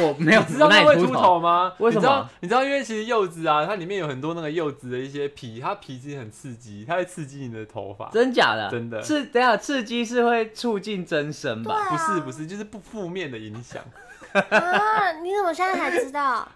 Speaker 3: 我没有
Speaker 1: 你知道
Speaker 3: 无
Speaker 1: 它
Speaker 3: 奈
Speaker 1: 会
Speaker 3: 秃
Speaker 1: 秃头，吗？
Speaker 3: 为
Speaker 1: 你
Speaker 3: 什么
Speaker 1: 知道？你知道，因为其实柚子啊，它里面有很多那个柚子的一些皮，它皮其实很刺激，它会刺激你的头发。
Speaker 3: 真假的？
Speaker 1: 真的
Speaker 3: 刺等一下刺激是会促进增生吧？
Speaker 1: 不是
Speaker 2: 啊
Speaker 1: 不是，就是不负面的影响。
Speaker 2: 啊，你怎么现在才知道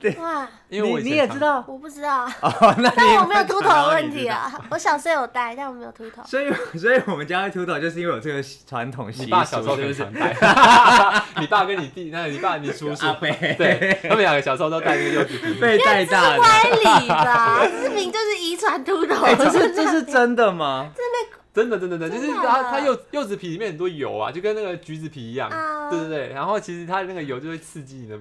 Speaker 3: 对？
Speaker 2: 哇，
Speaker 1: 因为我以
Speaker 3: 你
Speaker 1: 前
Speaker 3: 你也
Speaker 1: 常
Speaker 3: 知，道，
Speaker 2: 我不知道，
Speaker 3: 哦，那
Speaker 2: 但
Speaker 3: 你
Speaker 2: 我没有秃头的问题
Speaker 3: 啊。
Speaker 2: 啊。我小时候有戴，但我没有秃头。
Speaker 3: 所以，所以我们家会秃头，就是因为有这个传统习
Speaker 1: 你
Speaker 3: 俗，
Speaker 1: 爸小时候
Speaker 3: 是
Speaker 1: 很
Speaker 3: 不是
Speaker 1: 常？戴， 你爸跟你弟，那你爸你叔叔
Speaker 3: 阿，贝
Speaker 1: 对 他们两个小时候都戴那个柚子皮。
Speaker 3: 被带大的，
Speaker 2: 歪理吧，这明明就是遗传秃头。
Speaker 3: 哎，这是这是真的吗？
Speaker 1: 真的，真的，真的，就
Speaker 2: 真
Speaker 1: 是
Speaker 2: 的
Speaker 3: 啊
Speaker 1: 它它柚柚子皮里面很多油啊，就跟那个橘子皮一样，
Speaker 2: 啊
Speaker 1: 对对对。然后其实它那个油就会刺激你的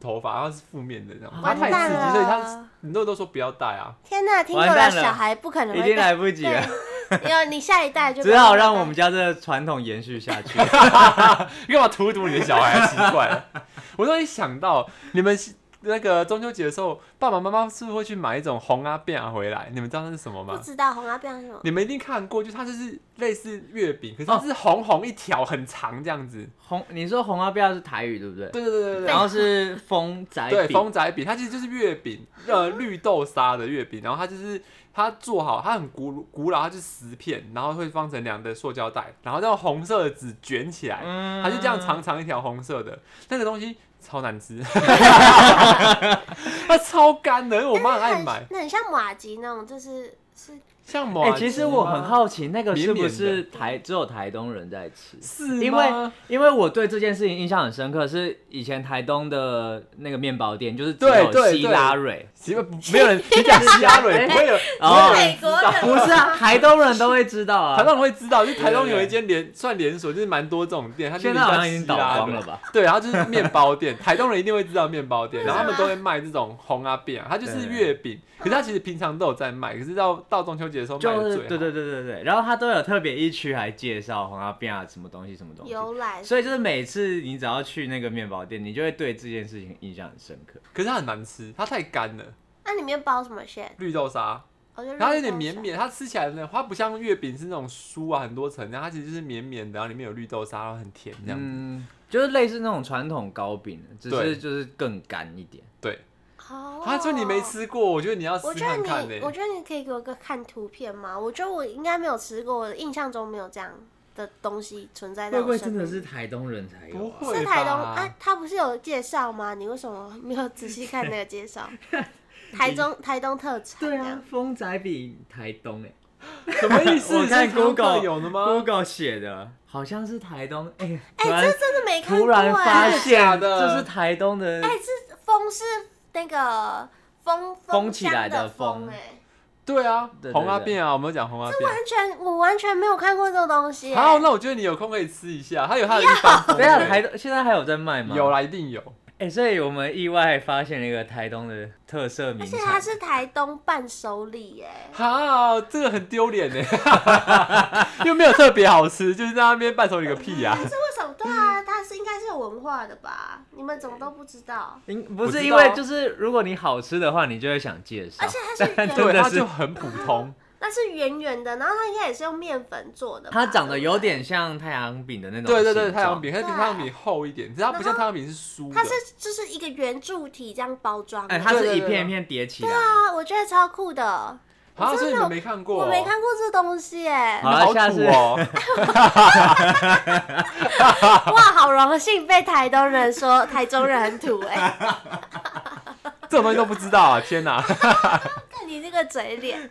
Speaker 1: 头发，然后是负面的，这样它
Speaker 2: 完
Speaker 1: 太
Speaker 2: 蛋
Speaker 1: 刺激，所以它
Speaker 2: 了
Speaker 1: 很多人都说不要戴啊。
Speaker 2: 天呐，听过
Speaker 3: 完蛋
Speaker 2: 的
Speaker 3: 了
Speaker 2: 小孩不可能
Speaker 3: 已
Speaker 2: 会
Speaker 3: 经来
Speaker 2: 戴。
Speaker 3: 不及了，
Speaker 2: 对，有你下一代就
Speaker 3: 只好让
Speaker 2: 不
Speaker 3: 我
Speaker 2: 要
Speaker 3: 们
Speaker 2: 戴
Speaker 3: 家这个传统延续下去。
Speaker 1: 你干嘛荼毒你的小孩？奇怪了，我突然想到，你们那个中秋节的时候，爸爸妈妈是不是会去买一种红阿变啊回来？你们知道那是什么
Speaker 2: 不
Speaker 1: 吗？
Speaker 2: 知道红阿变成什么。
Speaker 1: 你们一定看过，就它就是类似月饼，可是它是红红一条，很长这样子。
Speaker 3: 红，你说红阿标是台语对不对？
Speaker 1: 对对对对对
Speaker 3: 然。后是风仔
Speaker 1: 对，
Speaker 3: 饼
Speaker 1: 风仔饼，它其实就是月饼，呃，绿豆沙的月饼，然后它就是它做好，它很古古老，它就是十片，然后会放成两的塑胶袋，然后用红色的纸卷起来，
Speaker 3: 嗯
Speaker 1: 它就这样长长一条红色的那个东西，超难 吃，它超干的，因为我妈很爱买，
Speaker 2: 那很像马吉那种，就是是
Speaker 1: 像马吉
Speaker 3: 哎、
Speaker 1: 吗、
Speaker 3: 其实我很好奇，那个是不
Speaker 1: 绵
Speaker 3: 是
Speaker 1: 绵
Speaker 3: 台只有台东人在吃？
Speaker 1: 是吗，
Speaker 3: 因为因为我对这件事情印象很深刻，是以前台东的那个面包店，就是只
Speaker 1: 对
Speaker 3: 有
Speaker 1: 对
Speaker 3: 希
Speaker 1: 对
Speaker 3: 拉蕊，哦
Speaker 1: 其实不没有人，你 讲虾蕊，不会有，哦不会有人知道。
Speaker 3: 不是啊，台东人都会知道啊。
Speaker 1: 台东人会知道，就是台东有一间连算连锁，就是蛮多这种店，它就
Speaker 3: 现在好像
Speaker 1: 叫
Speaker 3: 已经
Speaker 1: 希
Speaker 3: 倒
Speaker 1: 拉
Speaker 3: 光
Speaker 1: 蕊
Speaker 3: 了吧？啊
Speaker 1: 对，然后就是面包店，台东人一定会知道面包 店，然后他们
Speaker 2: 为什
Speaker 1: 都
Speaker 2: 么
Speaker 1: 会卖这种红阿饼啊，它就是月饼，可是它其实平常都有在卖，可是到到中秋节的时候卖
Speaker 3: 就
Speaker 1: 的
Speaker 3: 是
Speaker 1: 最好。
Speaker 3: 对对对对对，然后他都有特别一区还介绍红阿变啊什么东西什么东西，
Speaker 2: 由来。
Speaker 3: 所以就是每次你只要去那个面包店，你就会对这件事情印象很深刻。
Speaker 1: 可是它很难吃，它太干了，
Speaker 2: 那里面包什么馅？
Speaker 1: 绿豆沙，
Speaker 2: 我觉得
Speaker 1: 然后它有点绵。绵，它吃起来呢，它不像月饼是那种酥啊很多层，然后它其实就是绵绵的，然后里面有绿豆沙，然后很甜这样。
Speaker 3: 嗯，就是类似那种传统糕饼，只
Speaker 1: 对
Speaker 3: 是就是更干一点。
Speaker 1: 对，
Speaker 2: 哦，
Speaker 1: 他说你没。吃过，我觉得你要
Speaker 2: 我
Speaker 1: 试
Speaker 2: 觉得
Speaker 1: 看看呢欸
Speaker 2: 你，。我觉得你可以给我个看图片吗？我觉得我应该没有吃过，我的印象中没有这样的东西存在在
Speaker 3: 会不
Speaker 2: 我
Speaker 3: 会
Speaker 2: 身
Speaker 3: 真
Speaker 2: 边。
Speaker 3: 的是台东人才有、
Speaker 1: 不会
Speaker 2: 是台东
Speaker 1: 吧
Speaker 2: 啊？他不是有介绍吗？你为什么没有仔细看那个介 绍？台中台东特产这
Speaker 3: 对
Speaker 2: 样
Speaker 3: 啊，风仔比台东哎、
Speaker 1: 什么意思？
Speaker 3: 我看
Speaker 1: 是常
Speaker 3: Google
Speaker 1: 有的吗？
Speaker 3: Google 写的，好像是台东哎、突
Speaker 2: 哦哎、
Speaker 3: 然、
Speaker 2: 这真的没看
Speaker 3: 突
Speaker 2: 过哎、
Speaker 3: 然发
Speaker 1: 假
Speaker 3: 现
Speaker 1: 的
Speaker 3: 这是台东的，
Speaker 2: 哎、这风是那个风
Speaker 3: 封起来
Speaker 2: 箱
Speaker 3: 的
Speaker 2: 的
Speaker 3: 风
Speaker 2: 哎、
Speaker 1: 对啊，
Speaker 3: 对对
Speaker 1: 红阿
Speaker 3: 对
Speaker 1: 变啊，我们有讲红阿变。
Speaker 2: 完全我完全没有看过这种东西、欸。
Speaker 1: 好，那我觉得你有空可以吃一下，它有它的一般风
Speaker 3: 等一下
Speaker 1: 味。
Speaker 3: 台东现在还有在卖吗？
Speaker 1: 有啦，一定有。
Speaker 3: 哎、所以我们意外发现了一个台东的特色名
Speaker 2: 而且
Speaker 3: 产，
Speaker 2: 它是台东伴手礼哎、
Speaker 1: 哈，这个很丢脸呢， 又没有特别好吃，就是在那边伴手礼个屁呀、
Speaker 2: 这为什么？对啊，它是应该是有文化的吧？你们怎么都不知道？
Speaker 3: 因不
Speaker 1: 我
Speaker 3: 是
Speaker 1: 知
Speaker 3: 因
Speaker 1: 道啊
Speaker 3: 为就是如果你好吃的话，你就会想介绍
Speaker 2: 而。且 它是
Speaker 3: 真
Speaker 1: 对，
Speaker 2: 圆，
Speaker 3: 的
Speaker 1: 它
Speaker 3: 是
Speaker 1: 就很普通。
Speaker 2: 那是圆圆的，然后它应该也是用面粉做的吧。
Speaker 3: 它长得
Speaker 2: 对不对
Speaker 3: 有。点像太阳饼的那种
Speaker 1: 对对对，
Speaker 3: 形
Speaker 1: 太
Speaker 3: 状
Speaker 1: 阳饼，它比太阳饼厚一点，只是它不像太阳饼是酥
Speaker 2: 啊
Speaker 1: 的
Speaker 2: 它。是就是一个圆柱体这样包装的。
Speaker 3: 哎、它
Speaker 1: 对对
Speaker 3: 是一
Speaker 1: 对
Speaker 3: 片一
Speaker 1: 对
Speaker 3: 片叠起来。
Speaker 2: 啊，我觉得超酷的，
Speaker 1: 啊，所以你
Speaker 2: 真的
Speaker 1: 们没看过、
Speaker 2: 我
Speaker 1: 哦？
Speaker 2: 没看过这东西哎、
Speaker 3: 好
Speaker 1: 你
Speaker 3: 了
Speaker 1: 好
Speaker 3: 下次
Speaker 1: 土哦。
Speaker 2: 哇，好荣幸被台东人说台中人很土哎、
Speaker 1: 这种东西都不知道啊！天 哪，
Speaker 2: 看你这个嘴脸，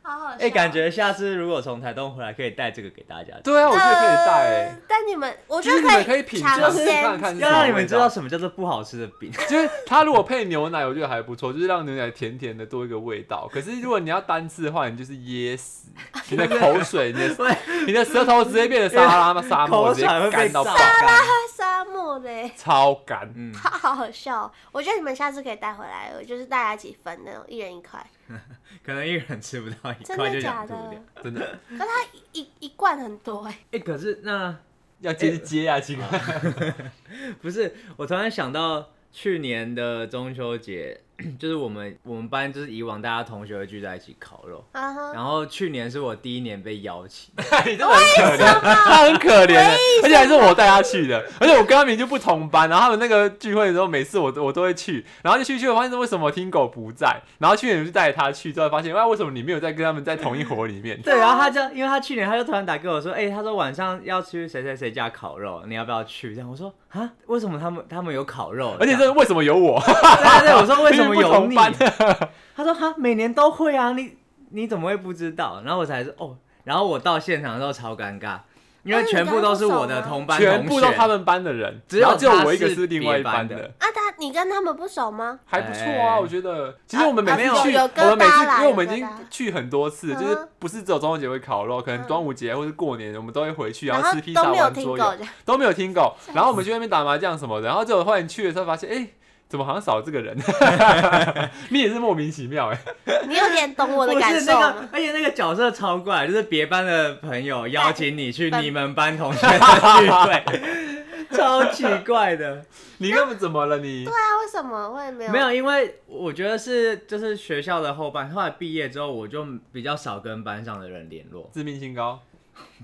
Speaker 2: 好好笑。
Speaker 3: 哎、感觉下次如果从台东回来，可以带这个给大家吃，
Speaker 1: 对啊，我觉得可以带欸、
Speaker 2: 呃但你们，我觉
Speaker 1: 就是你们
Speaker 2: 得
Speaker 1: 可以品尝
Speaker 2: 尝鲜
Speaker 1: 看看是什
Speaker 3: 要
Speaker 1: 么
Speaker 3: 让你
Speaker 1: 味
Speaker 3: 们知
Speaker 1: 道
Speaker 3: 道什么叫做不好吃的 饼。
Speaker 1: 就是它如果配牛奶，我觉得还不错，就是让牛奶甜甜的多一个味道。可是如果你要单吃的话，你就是噎死，你 的口水，你的
Speaker 3: 对，
Speaker 1: 你的舌头直接变成沙拉沙漠，
Speaker 3: 口
Speaker 1: 直接
Speaker 3: 水会被
Speaker 1: 干到
Speaker 3: 榨
Speaker 1: 爆，
Speaker 3: 干。
Speaker 2: 沙漠嘞，
Speaker 1: 超干。
Speaker 3: 嗯，
Speaker 2: 好好笑哦。我觉得你们下次可以带回来，我就是大家一起分那种，一人一块，
Speaker 3: 可能一个人吃不到一
Speaker 2: 真
Speaker 3: 块就
Speaker 2: 的假
Speaker 3: 想吐
Speaker 2: 的？
Speaker 3: 掉。
Speaker 1: 真的
Speaker 2: 可它一一罐很多哎、
Speaker 3: 哎、可是那
Speaker 1: 要接就接啊，这个
Speaker 3: 不是，我突然想到去年的中秋节， 就是我们我们班就是以往大家同学会聚在一起烤肉，
Speaker 2: 啊哈，
Speaker 3: 然后去年是我第一年被邀请，
Speaker 1: 你真的
Speaker 2: 啊
Speaker 1: 很可怜，他很可怜的，而且还是我带他去的，而且我跟他明就不同班，然后他们那个聚会的时候，每次我都我都会去，然后就去去，我发现为什么听狗不在，然后去年我就带他去，之后发现哇，为什么你没有在跟他们在同一伙里面？
Speaker 3: 对，然后他就因为他去年他就突然打给我说，哎、他说晚上要去谁谁谁家烤肉，你要不要去？这样我说啊，为什么他们他们有烤肉？
Speaker 1: 而且
Speaker 3: 这
Speaker 1: 这
Speaker 3: 样
Speaker 1: 为什么有我？
Speaker 3: 对对对，我说为什
Speaker 1: 明明
Speaker 3: 么
Speaker 1: 不
Speaker 3: 有
Speaker 1: 同
Speaker 3: 你？
Speaker 1: 班
Speaker 3: 他说哈，每年都会啊，你你怎么会不知道？然后我才说哦，然后我到现场的时候超尴尬，因
Speaker 2: 那
Speaker 3: 为
Speaker 2: 你
Speaker 3: 全
Speaker 2: 跟
Speaker 3: 部
Speaker 2: 他
Speaker 3: 都
Speaker 2: 不
Speaker 3: 是我
Speaker 2: 熟
Speaker 3: 的
Speaker 2: 吗
Speaker 3: 同班同学，
Speaker 1: 全部都他们班的人，
Speaker 3: 只有
Speaker 1: 然后只有
Speaker 3: 他
Speaker 1: 我一个
Speaker 3: 是
Speaker 1: 是另外一
Speaker 3: 别班的
Speaker 1: 的，
Speaker 2: 啊，他你跟他们不熟吗？
Speaker 1: 还不错
Speaker 3: 哎
Speaker 1: 啊，我觉得。其实我们每次
Speaker 3: 啊
Speaker 1: 去，
Speaker 2: 有有
Speaker 1: 我们每
Speaker 2: 疙瘩
Speaker 1: 次
Speaker 2: 啦
Speaker 1: 因为我们已
Speaker 2: 有
Speaker 1: 经
Speaker 2: 疙瘩
Speaker 1: 去很多次，
Speaker 2: 嗯
Speaker 1: 就是不是只有中秋节会烤肉，可能
Speaker 2: 嗯
Speaker 1: 端午节或是过年，我们都会回去，
Speaker 2: 然
Speaker 1: 后
Speaker 2: 后
Speaker 1: 吃披萨
Speaker 2: 都没有
Speaker 1: 玩
Speaker 2: 听
Speaker 1: 桌
Speaker 2: 过
Speaker 1: 游，
Speaker 2: 这样。
Speaker 1: 都没有听够。然后我们去那边打麻将什么的，然后结果后来去的时候发现，哎，怎么好像少了这个 人？你也是莫名其妙哎。
Speaker 2: 你有点懂我的
Speaker 3: 不
Speaker 2: 感
Speaker 3: 是
Speaker 2: 受
Speaker 3: 那
Speaker 2: 吗
Speaker 3: 个？，而且那个角色超怪，就是别班的朋友邀请你去
Speaker 2: 但
Speaker 3: 你们班同学的聚会， 超奇怪的。
Speaker 1: 你根本怎么了你？
Speaker 2: 对啊，为什么会没有？
Speaker 3: 没有，因为我觉得是就是学校的后半，后来毕业之后我就比较少跟班上的人联络。
Speaker 1: 致命性高，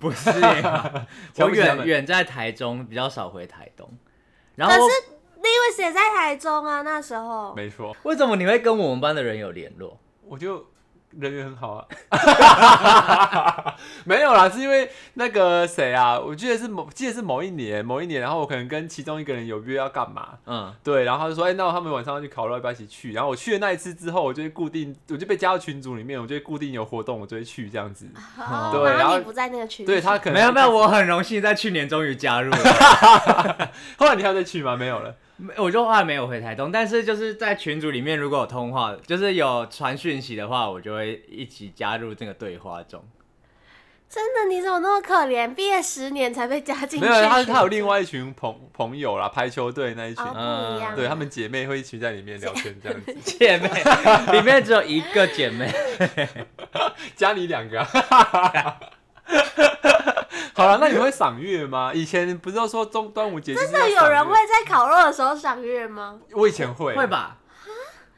Speaker 3: 不是啊，
Speaker 1: 瞧
Speaker 3: 我
Speaker 1: 不起他
Speaker 3: 远
Speaker 1: 们
Speaker 3: 远在台中，比较少回台东。然
Speaker 2: 可
Speaker 3: 后
Speaker 2: 是 Lewis 也在台中啊，那时候。
Speaker 1: 没错，
Speaker 3: 为什么你会跟我们班的人有联络？
Speaker 1: 我就人缘很好啊， 没有啦，是因为那个谁啊，我记得是某记得是某一年某一年，然后我可能跟其中一个人有约要干嘛，
Speaker 3: 嗯，
Speaker 1: 对，然后他就说，哎、那他们晚上要去烤肉，要不要一起去？然后我去的那一次之后，我就会固定，我就被加到群组里面，我就会固定有活动，我就会去这样子。
Speaker 2: 哦
Speaker 1: 对
Speaker 2: 然
Speaker 1: 然后
Speaker 2: 后你不在那个群。
Speaker 1: 对。他可能
Speaker 3: 没有没有，，我很荣幸在去年终于加入了。
Speaker 1: 后来你还有再去吗？没有了。
Speaker 3: 没我就后来没有回台东，但是就是在群组里面，如果有通话，就是有传讯息的话，我就会一起加入这个对话中。
Speaker 2: 真的，你怎么那么可怜？毕业十年才被加进去。
Speaker 1: 没有，他他有另外一群朋朋友啦，排球队那一群，
Speaker 2: 哦，不一样。
Speaker 1: 嗯对他们姐妹会一起在里面聊天这样 子。
Speaker 3: 姐妹 里面只有一个姐妹，
Speaker 1: 加你两 个、啊。 好了，那你会赏月吗？以前不是都说中端午节真
Speaker 2: 真的有人会？在烤肉的时候赏月吗？
Speaker 1: 我以前会，
Speaker 3: 会？吧？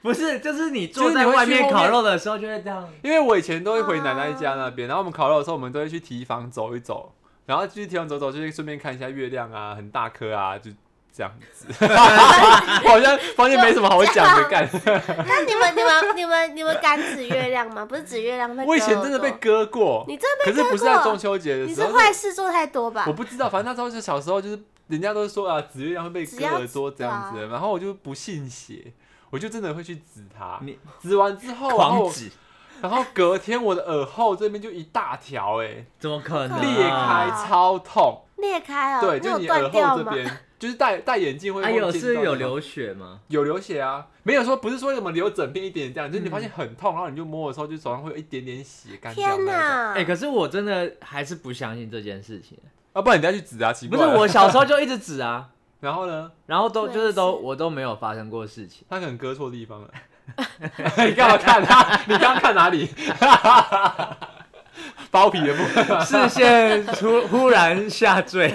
Speaker 3: 不是，就是你
Speaker 1: 就
Speaker 3: 坐
Speaker 1: 是你
Speaker 3: 在
Speaker 1: 会
Speaker 3: 外
Speaker 1: 去
Speaker 3: 面
Speaker 1: 后
Speaker 3: 烤
Speaker 1: 面
Speaker 3: 肉的时候就会这样。
Speaker 1: 因为我以前都会回奶奶家
Speaker 2: 哦
Speaker 1: 那边，然后我们烤肉的时候，我们都会去提防走一走，然后去提防走走，就是顺便看一下月亮啊，很大颗啊，就这样 子。 我好像发现没什么好讲的，干。
Speaker 2: 那你们、你们、你们、 你们敢指月亮吗？不是指月亮被。
Speaker 1: 我以前真的被，割过，
Speaker 2: 你真的
Speaker 1: 可
Speaker 2: 被割
Speaker 1: 是
Speaker 2: 过。
Speaker 1: 不是在中秋节的
Speaker 2: 你
Speaker 1: 时
Speaker 2: 是
Speaker 1: 候，
Speaker 2: 坏事做太多吧
Speaker 1: 我？不知道，反正那时候就小时候就是人家都说啊，紫月亮会被
Speaker 2: 只
Speaker 1: 割
Speaker 2: 要
Speaker 1: 耳朵这样子
Speaker 2: 对
Speaker 1: 的，然后我就不信邪，我就真的会去指它。
Speaker 3: 你
Speaker 1: 指完之后，然
Speaker 3: 狂
Speaker 1: 后
Speaker 3: 指，
Speaker 1: 然后 隔天我的耳后这边就一大条哎、
Speaker 3: 怎么可能、
Speaker 2: 啊
Speaker 1: 裂开超痛，
Speaker 2: 裂开哦，
Speaker 1: 对，
Speaker 2: 你
Speaker 1: 就是
Speaker 2: 有
Speaker 1: 你
Speaker 2: 断
Speaker 1: 耳后
Speaker 2: 掉
Speaker 1: 这
Speaker 2: 吗？
Speaker 1: 边，就是戴戴眼镜会
Speaker 3: 哎
Speaker 1: 会
Speaker 3: 有
Speaker 1: 见
Speaker 3: 是
Speaker 1: 到
Speaker 3: 有
Speaker 1: 你吗
Speaker 3: 流血吗？
Speaker 1: 有流血啊，没有说不是说什么流整片一点点这样，
Speaker 3: 嗯
Speaker 1: 就是你发现很痛，然后你就摸的时候，就手上会有一点点血干掉
Speaker 2: 天
Speaker 1: 哪！
Speaker 2: 哪！
Speaker 3: 哎、可是我真的还是不相信这件事情。
Speaker 1: 啊，不然你再去指啊，奇
Speaker 3: 不
Speaker 1: 怪
Speaker 3: 是
Speaker 1: 了。
Speaker 3: 我小时候就一直指啊，
Speaker 1: 然后呢，
Speaker 3: 然后都
Speaker 2: 对
Speaker 3: 就是都
Speaker 2: 是
Speaker 3: 我都没有发生过事情。
Speaker 1: 他可能割错地方了。 你干嘛看他？ 你刚刚看哪里？包皮的部分。
Speaker 3: 视线突忽然下坠，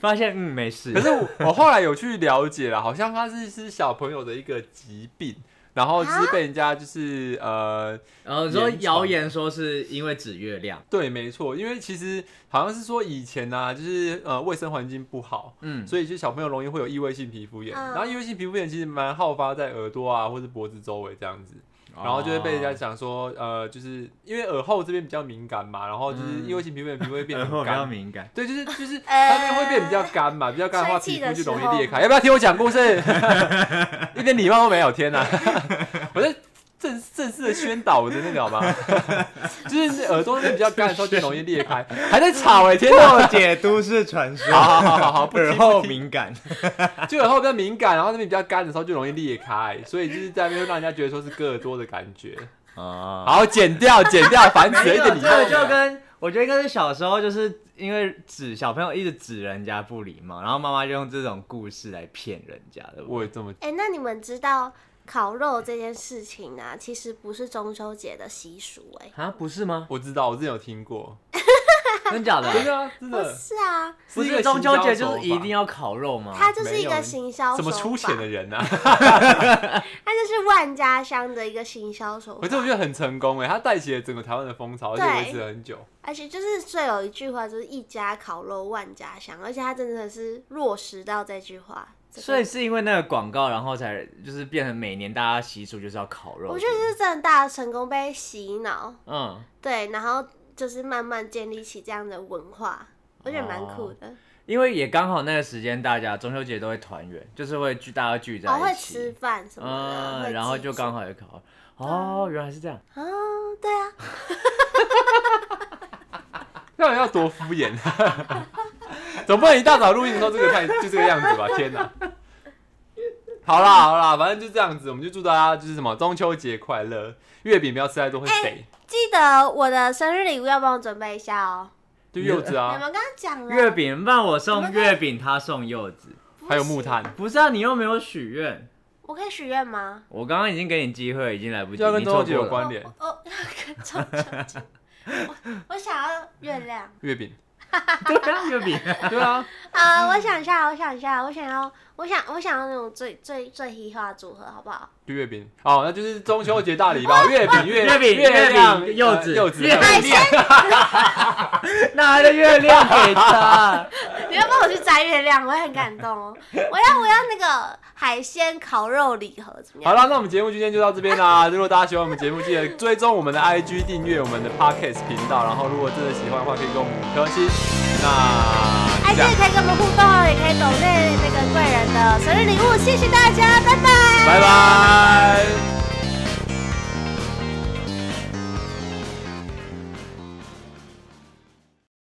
Speaker 3: 发现嗯没事。
Speaker 1: 可是我我后来有去了解了，好像他是是小朋友的一个疾病，然后就是被人家就是呃
Speaker 3: 然后
Speaker 1: 言
Speaker 3: 说
Speaker 1: 传
Speaker 3: 谣言说是因为指月亮，
Speaker 1: 对，没错，因为其实好像是说以前呢、啊，就是呃卫生环境不好，
Speaker 3: 嗯，
Speaker 1: 所以就小朋友容易会有异位性皮肤炎，
Speaker 2: 嗯
Speaker 1: 然后异位性皮肤炎其实蛮好发在耳朵啊或是脖子周围这样子，然后就会被人家
Speaker 3: 哦
Speaker 1: 讲说，呃，就是因为耳后这边比较敏感嘛，然后就是
Speaker 3: 嗯
Speaker 1: 异位性皮肤炎皮肤会变
Speaker 3: 耳后
Speaker 1: 很
Speaker 3: 比较
Speaker 1: 干。
Speaker 3: 敏感。
Speaker 1: 对，就是就是 它那边会变比较干嘛，比较干的话，
Speaker 2: 哎吹气
Speaker 1: 皮
Speaker 2: 的
Speaker 1: 肤就容
Speaker 2: 时候
Speaker 1: 易裂开。要不要听我讲故事？ 一点礼貌都没有，天哪！ 我在正正式的宣导我的那个好吗？ 就是耳朵那边比较干的时候就容易裂 开，还在吵哎、天 哪！
Speaker 3: 破解都市传说，
Speaker 1: 好好好好，不
Speaker 3: 耳
Speaker 1: 听
Speaker 3: 后
Speaker 1: 不听。
Speaker 3: 敏感，
Speaker 1: 就耳后比较敏感，然后那边比较干的时候就容易裂开，所以就是在那边会让人家觉得说是割耳朵的感觉。
Speaker 3: 啊
Speaker 1: 好，剪掉，剪掉，烦死
Speaker 3: 哎
Speaker 1: 了，
Speaker 3: 没
Speaker 1: 一
Speaker 3: 有，
Speaker 1: 点礼
Speaker 3: 这
Speaker 1: 貌啊都
Speaker 3: 个
Speaker 1: 没有
Speaker 3: 就跟我觉得应该是小时候就是因为指小朋友一直指人家不礼貌，然后妈妈就用这种故事来骗人家的。
Speaker 1: 我也这么
Speaker 2: 哎、那你们知道烤肉这件事情啊，其实不是中秋节的习俗哎、
Speaker 3: 啊，不是吗？
Speaker 1: 我知道，我之前有听过，
Speaker 3: 真假的啊？
Speaker 1: 真的啊，真
Speaker 2: 不
Speaker 1: 的，
Speaker 2: 是啊，
Speaker 3: 不
Speaker 1: 一个
Speaker 3: 是中秋节
Speaker 1: 行销
Speaker 3: 就
Speaker 1: 手
Speaker 3: 是一
Speaker 1: 法
Speaker 3: 定要烤肉吗？
Speaker 2: 它就是一
Speaker 1: 没
Speaker 2: 个
Speaker 1: 有
Speaker 2: 行销
Speaker 1: 什么
Speaker 2: 手
Speaker 1: 粗
Speaker 2: 法
Speaker 1: 浅的人啊？
Speaker 2: 它就是万家香的一个行销手
Speaker 1: 可
Speaker 2: 法
Speaker 1: 是。我觉得很成功哎，他带起了整个台湾的风潮，而且
Speaker 2: 对
Speaker 1: 维持了很久。
Speaker 2: 而且就是最有一句话就是一家烤肉万家香，而且它真的是落实到这句话。这个
Speaker 3: 所以是因为那个广告，然后才就是变成每年大家习俗就是要烤肉。
Speaker 2: 我觉得是真的大家成功被洗脑，
Speaker 3: 嗯，
Speaker 2: 对，然后就是慢慢建立起这样的文化，我觉得蛮酷的。
Speaker 3: 因为也刚好那个时间，大家中秋节都会团圆，就是会聚大家聚在
Speaker 2: 然哦后会
Speaker 3: 一
Speaker 2: 吃
Speaker 3: 起，
Speaker 2: 饭什么的，会
Speaker 3: 嗯，然后
Speaker 2: 祭
Speaker 3: 就
Speaker 2: 祖
Speaker 3: 刚好有烤。哦，原来是这样。
Speaker 2: 啊，对啊，
Speaker 1: 那人要多敷衍啊！ 总不能一大早录音的时候这个太就这个样子吧？天哪！好啦好啦，反正就这样子，我们就祝大家就是什么中秋节快乐，月饼不要吃太多会肥，
Speaker 3: 哎
Speaker 2: 记得我的生日礼物要帮我准备一下哦。
Speaker 1: 就柚子
Speaker 2: 你
Speaker 1: 啊，
Speaker 2: 们刚刚讲了
Speaker 3: 月，饼，不然我
Speaker 2: 我
Speaker 3: 送
Speaker 2: 们可以
Speaker 3: 月饼，他送柚子。
Speaker 1: 还有木炭，
Speaker 3: 不是啊，你又没有许愿。
Speaker 2: 我可以许愿吗？
Speaker 3: 我刚刚已经给你机会，已经来不及。
Speaker 1: 就要跟
Speaker 3: 你
Speaker 1: 中秋
Speaker 3: 错
Speaker 1: 节
Speaker 3: 过
Speaker 1: 有
Speaker 3: 了
Speaker 1: 关联，
Speaker 2: 哦， 哦要跟中秋节，我我想要月亮
Speaker 1: 月饼，
Speaker 3: 对啊，月饼。
Speaker 1: 对啊，
Speaker 2: 啊、我想一下，我想一下，我想要，我想，我想要那种最最最嘻哈组合，好不好？
Speaker 1: 就月饼哦，那就是中秋节大礼 包，月饼月
Speaker 3: 月饼
Speaker 1: 月
Speaker 3: 月
Speaker 1: 亮
Speaker 3: 饼柚子
Speaker 1: 呃柚子
Speaker 3: 月
Speaker 2: 海鲜，
Speaker 3: 哪来的月亮给他？
Speaker 2: 你要帮我去摘月亮，我会很感动 哦。我要我要那个海鲜烤肉礼盒，怎么
Speaker 1: 好
Speaker 2: 样？
Speaker 1: 了，那我们节目今天就到这边啦。如果大家喜欢我们节目，记得追踪我们的 IG，订阅我们的 Podcast 频道。然后，如果真的喜欢的话，可以给我们五颗星。那
Speaker 2: 哎，
Speaker 1: 就
Speaker 2: 这
Speaker 1: 这
Speaker 2: 个，可以
Speaker 1: 样
Speaker 2: 跟我们互动哦，也可以抖内那个贵人的生日礼物，谢谢大家，拜拜。
Speaker 1: 拜拜。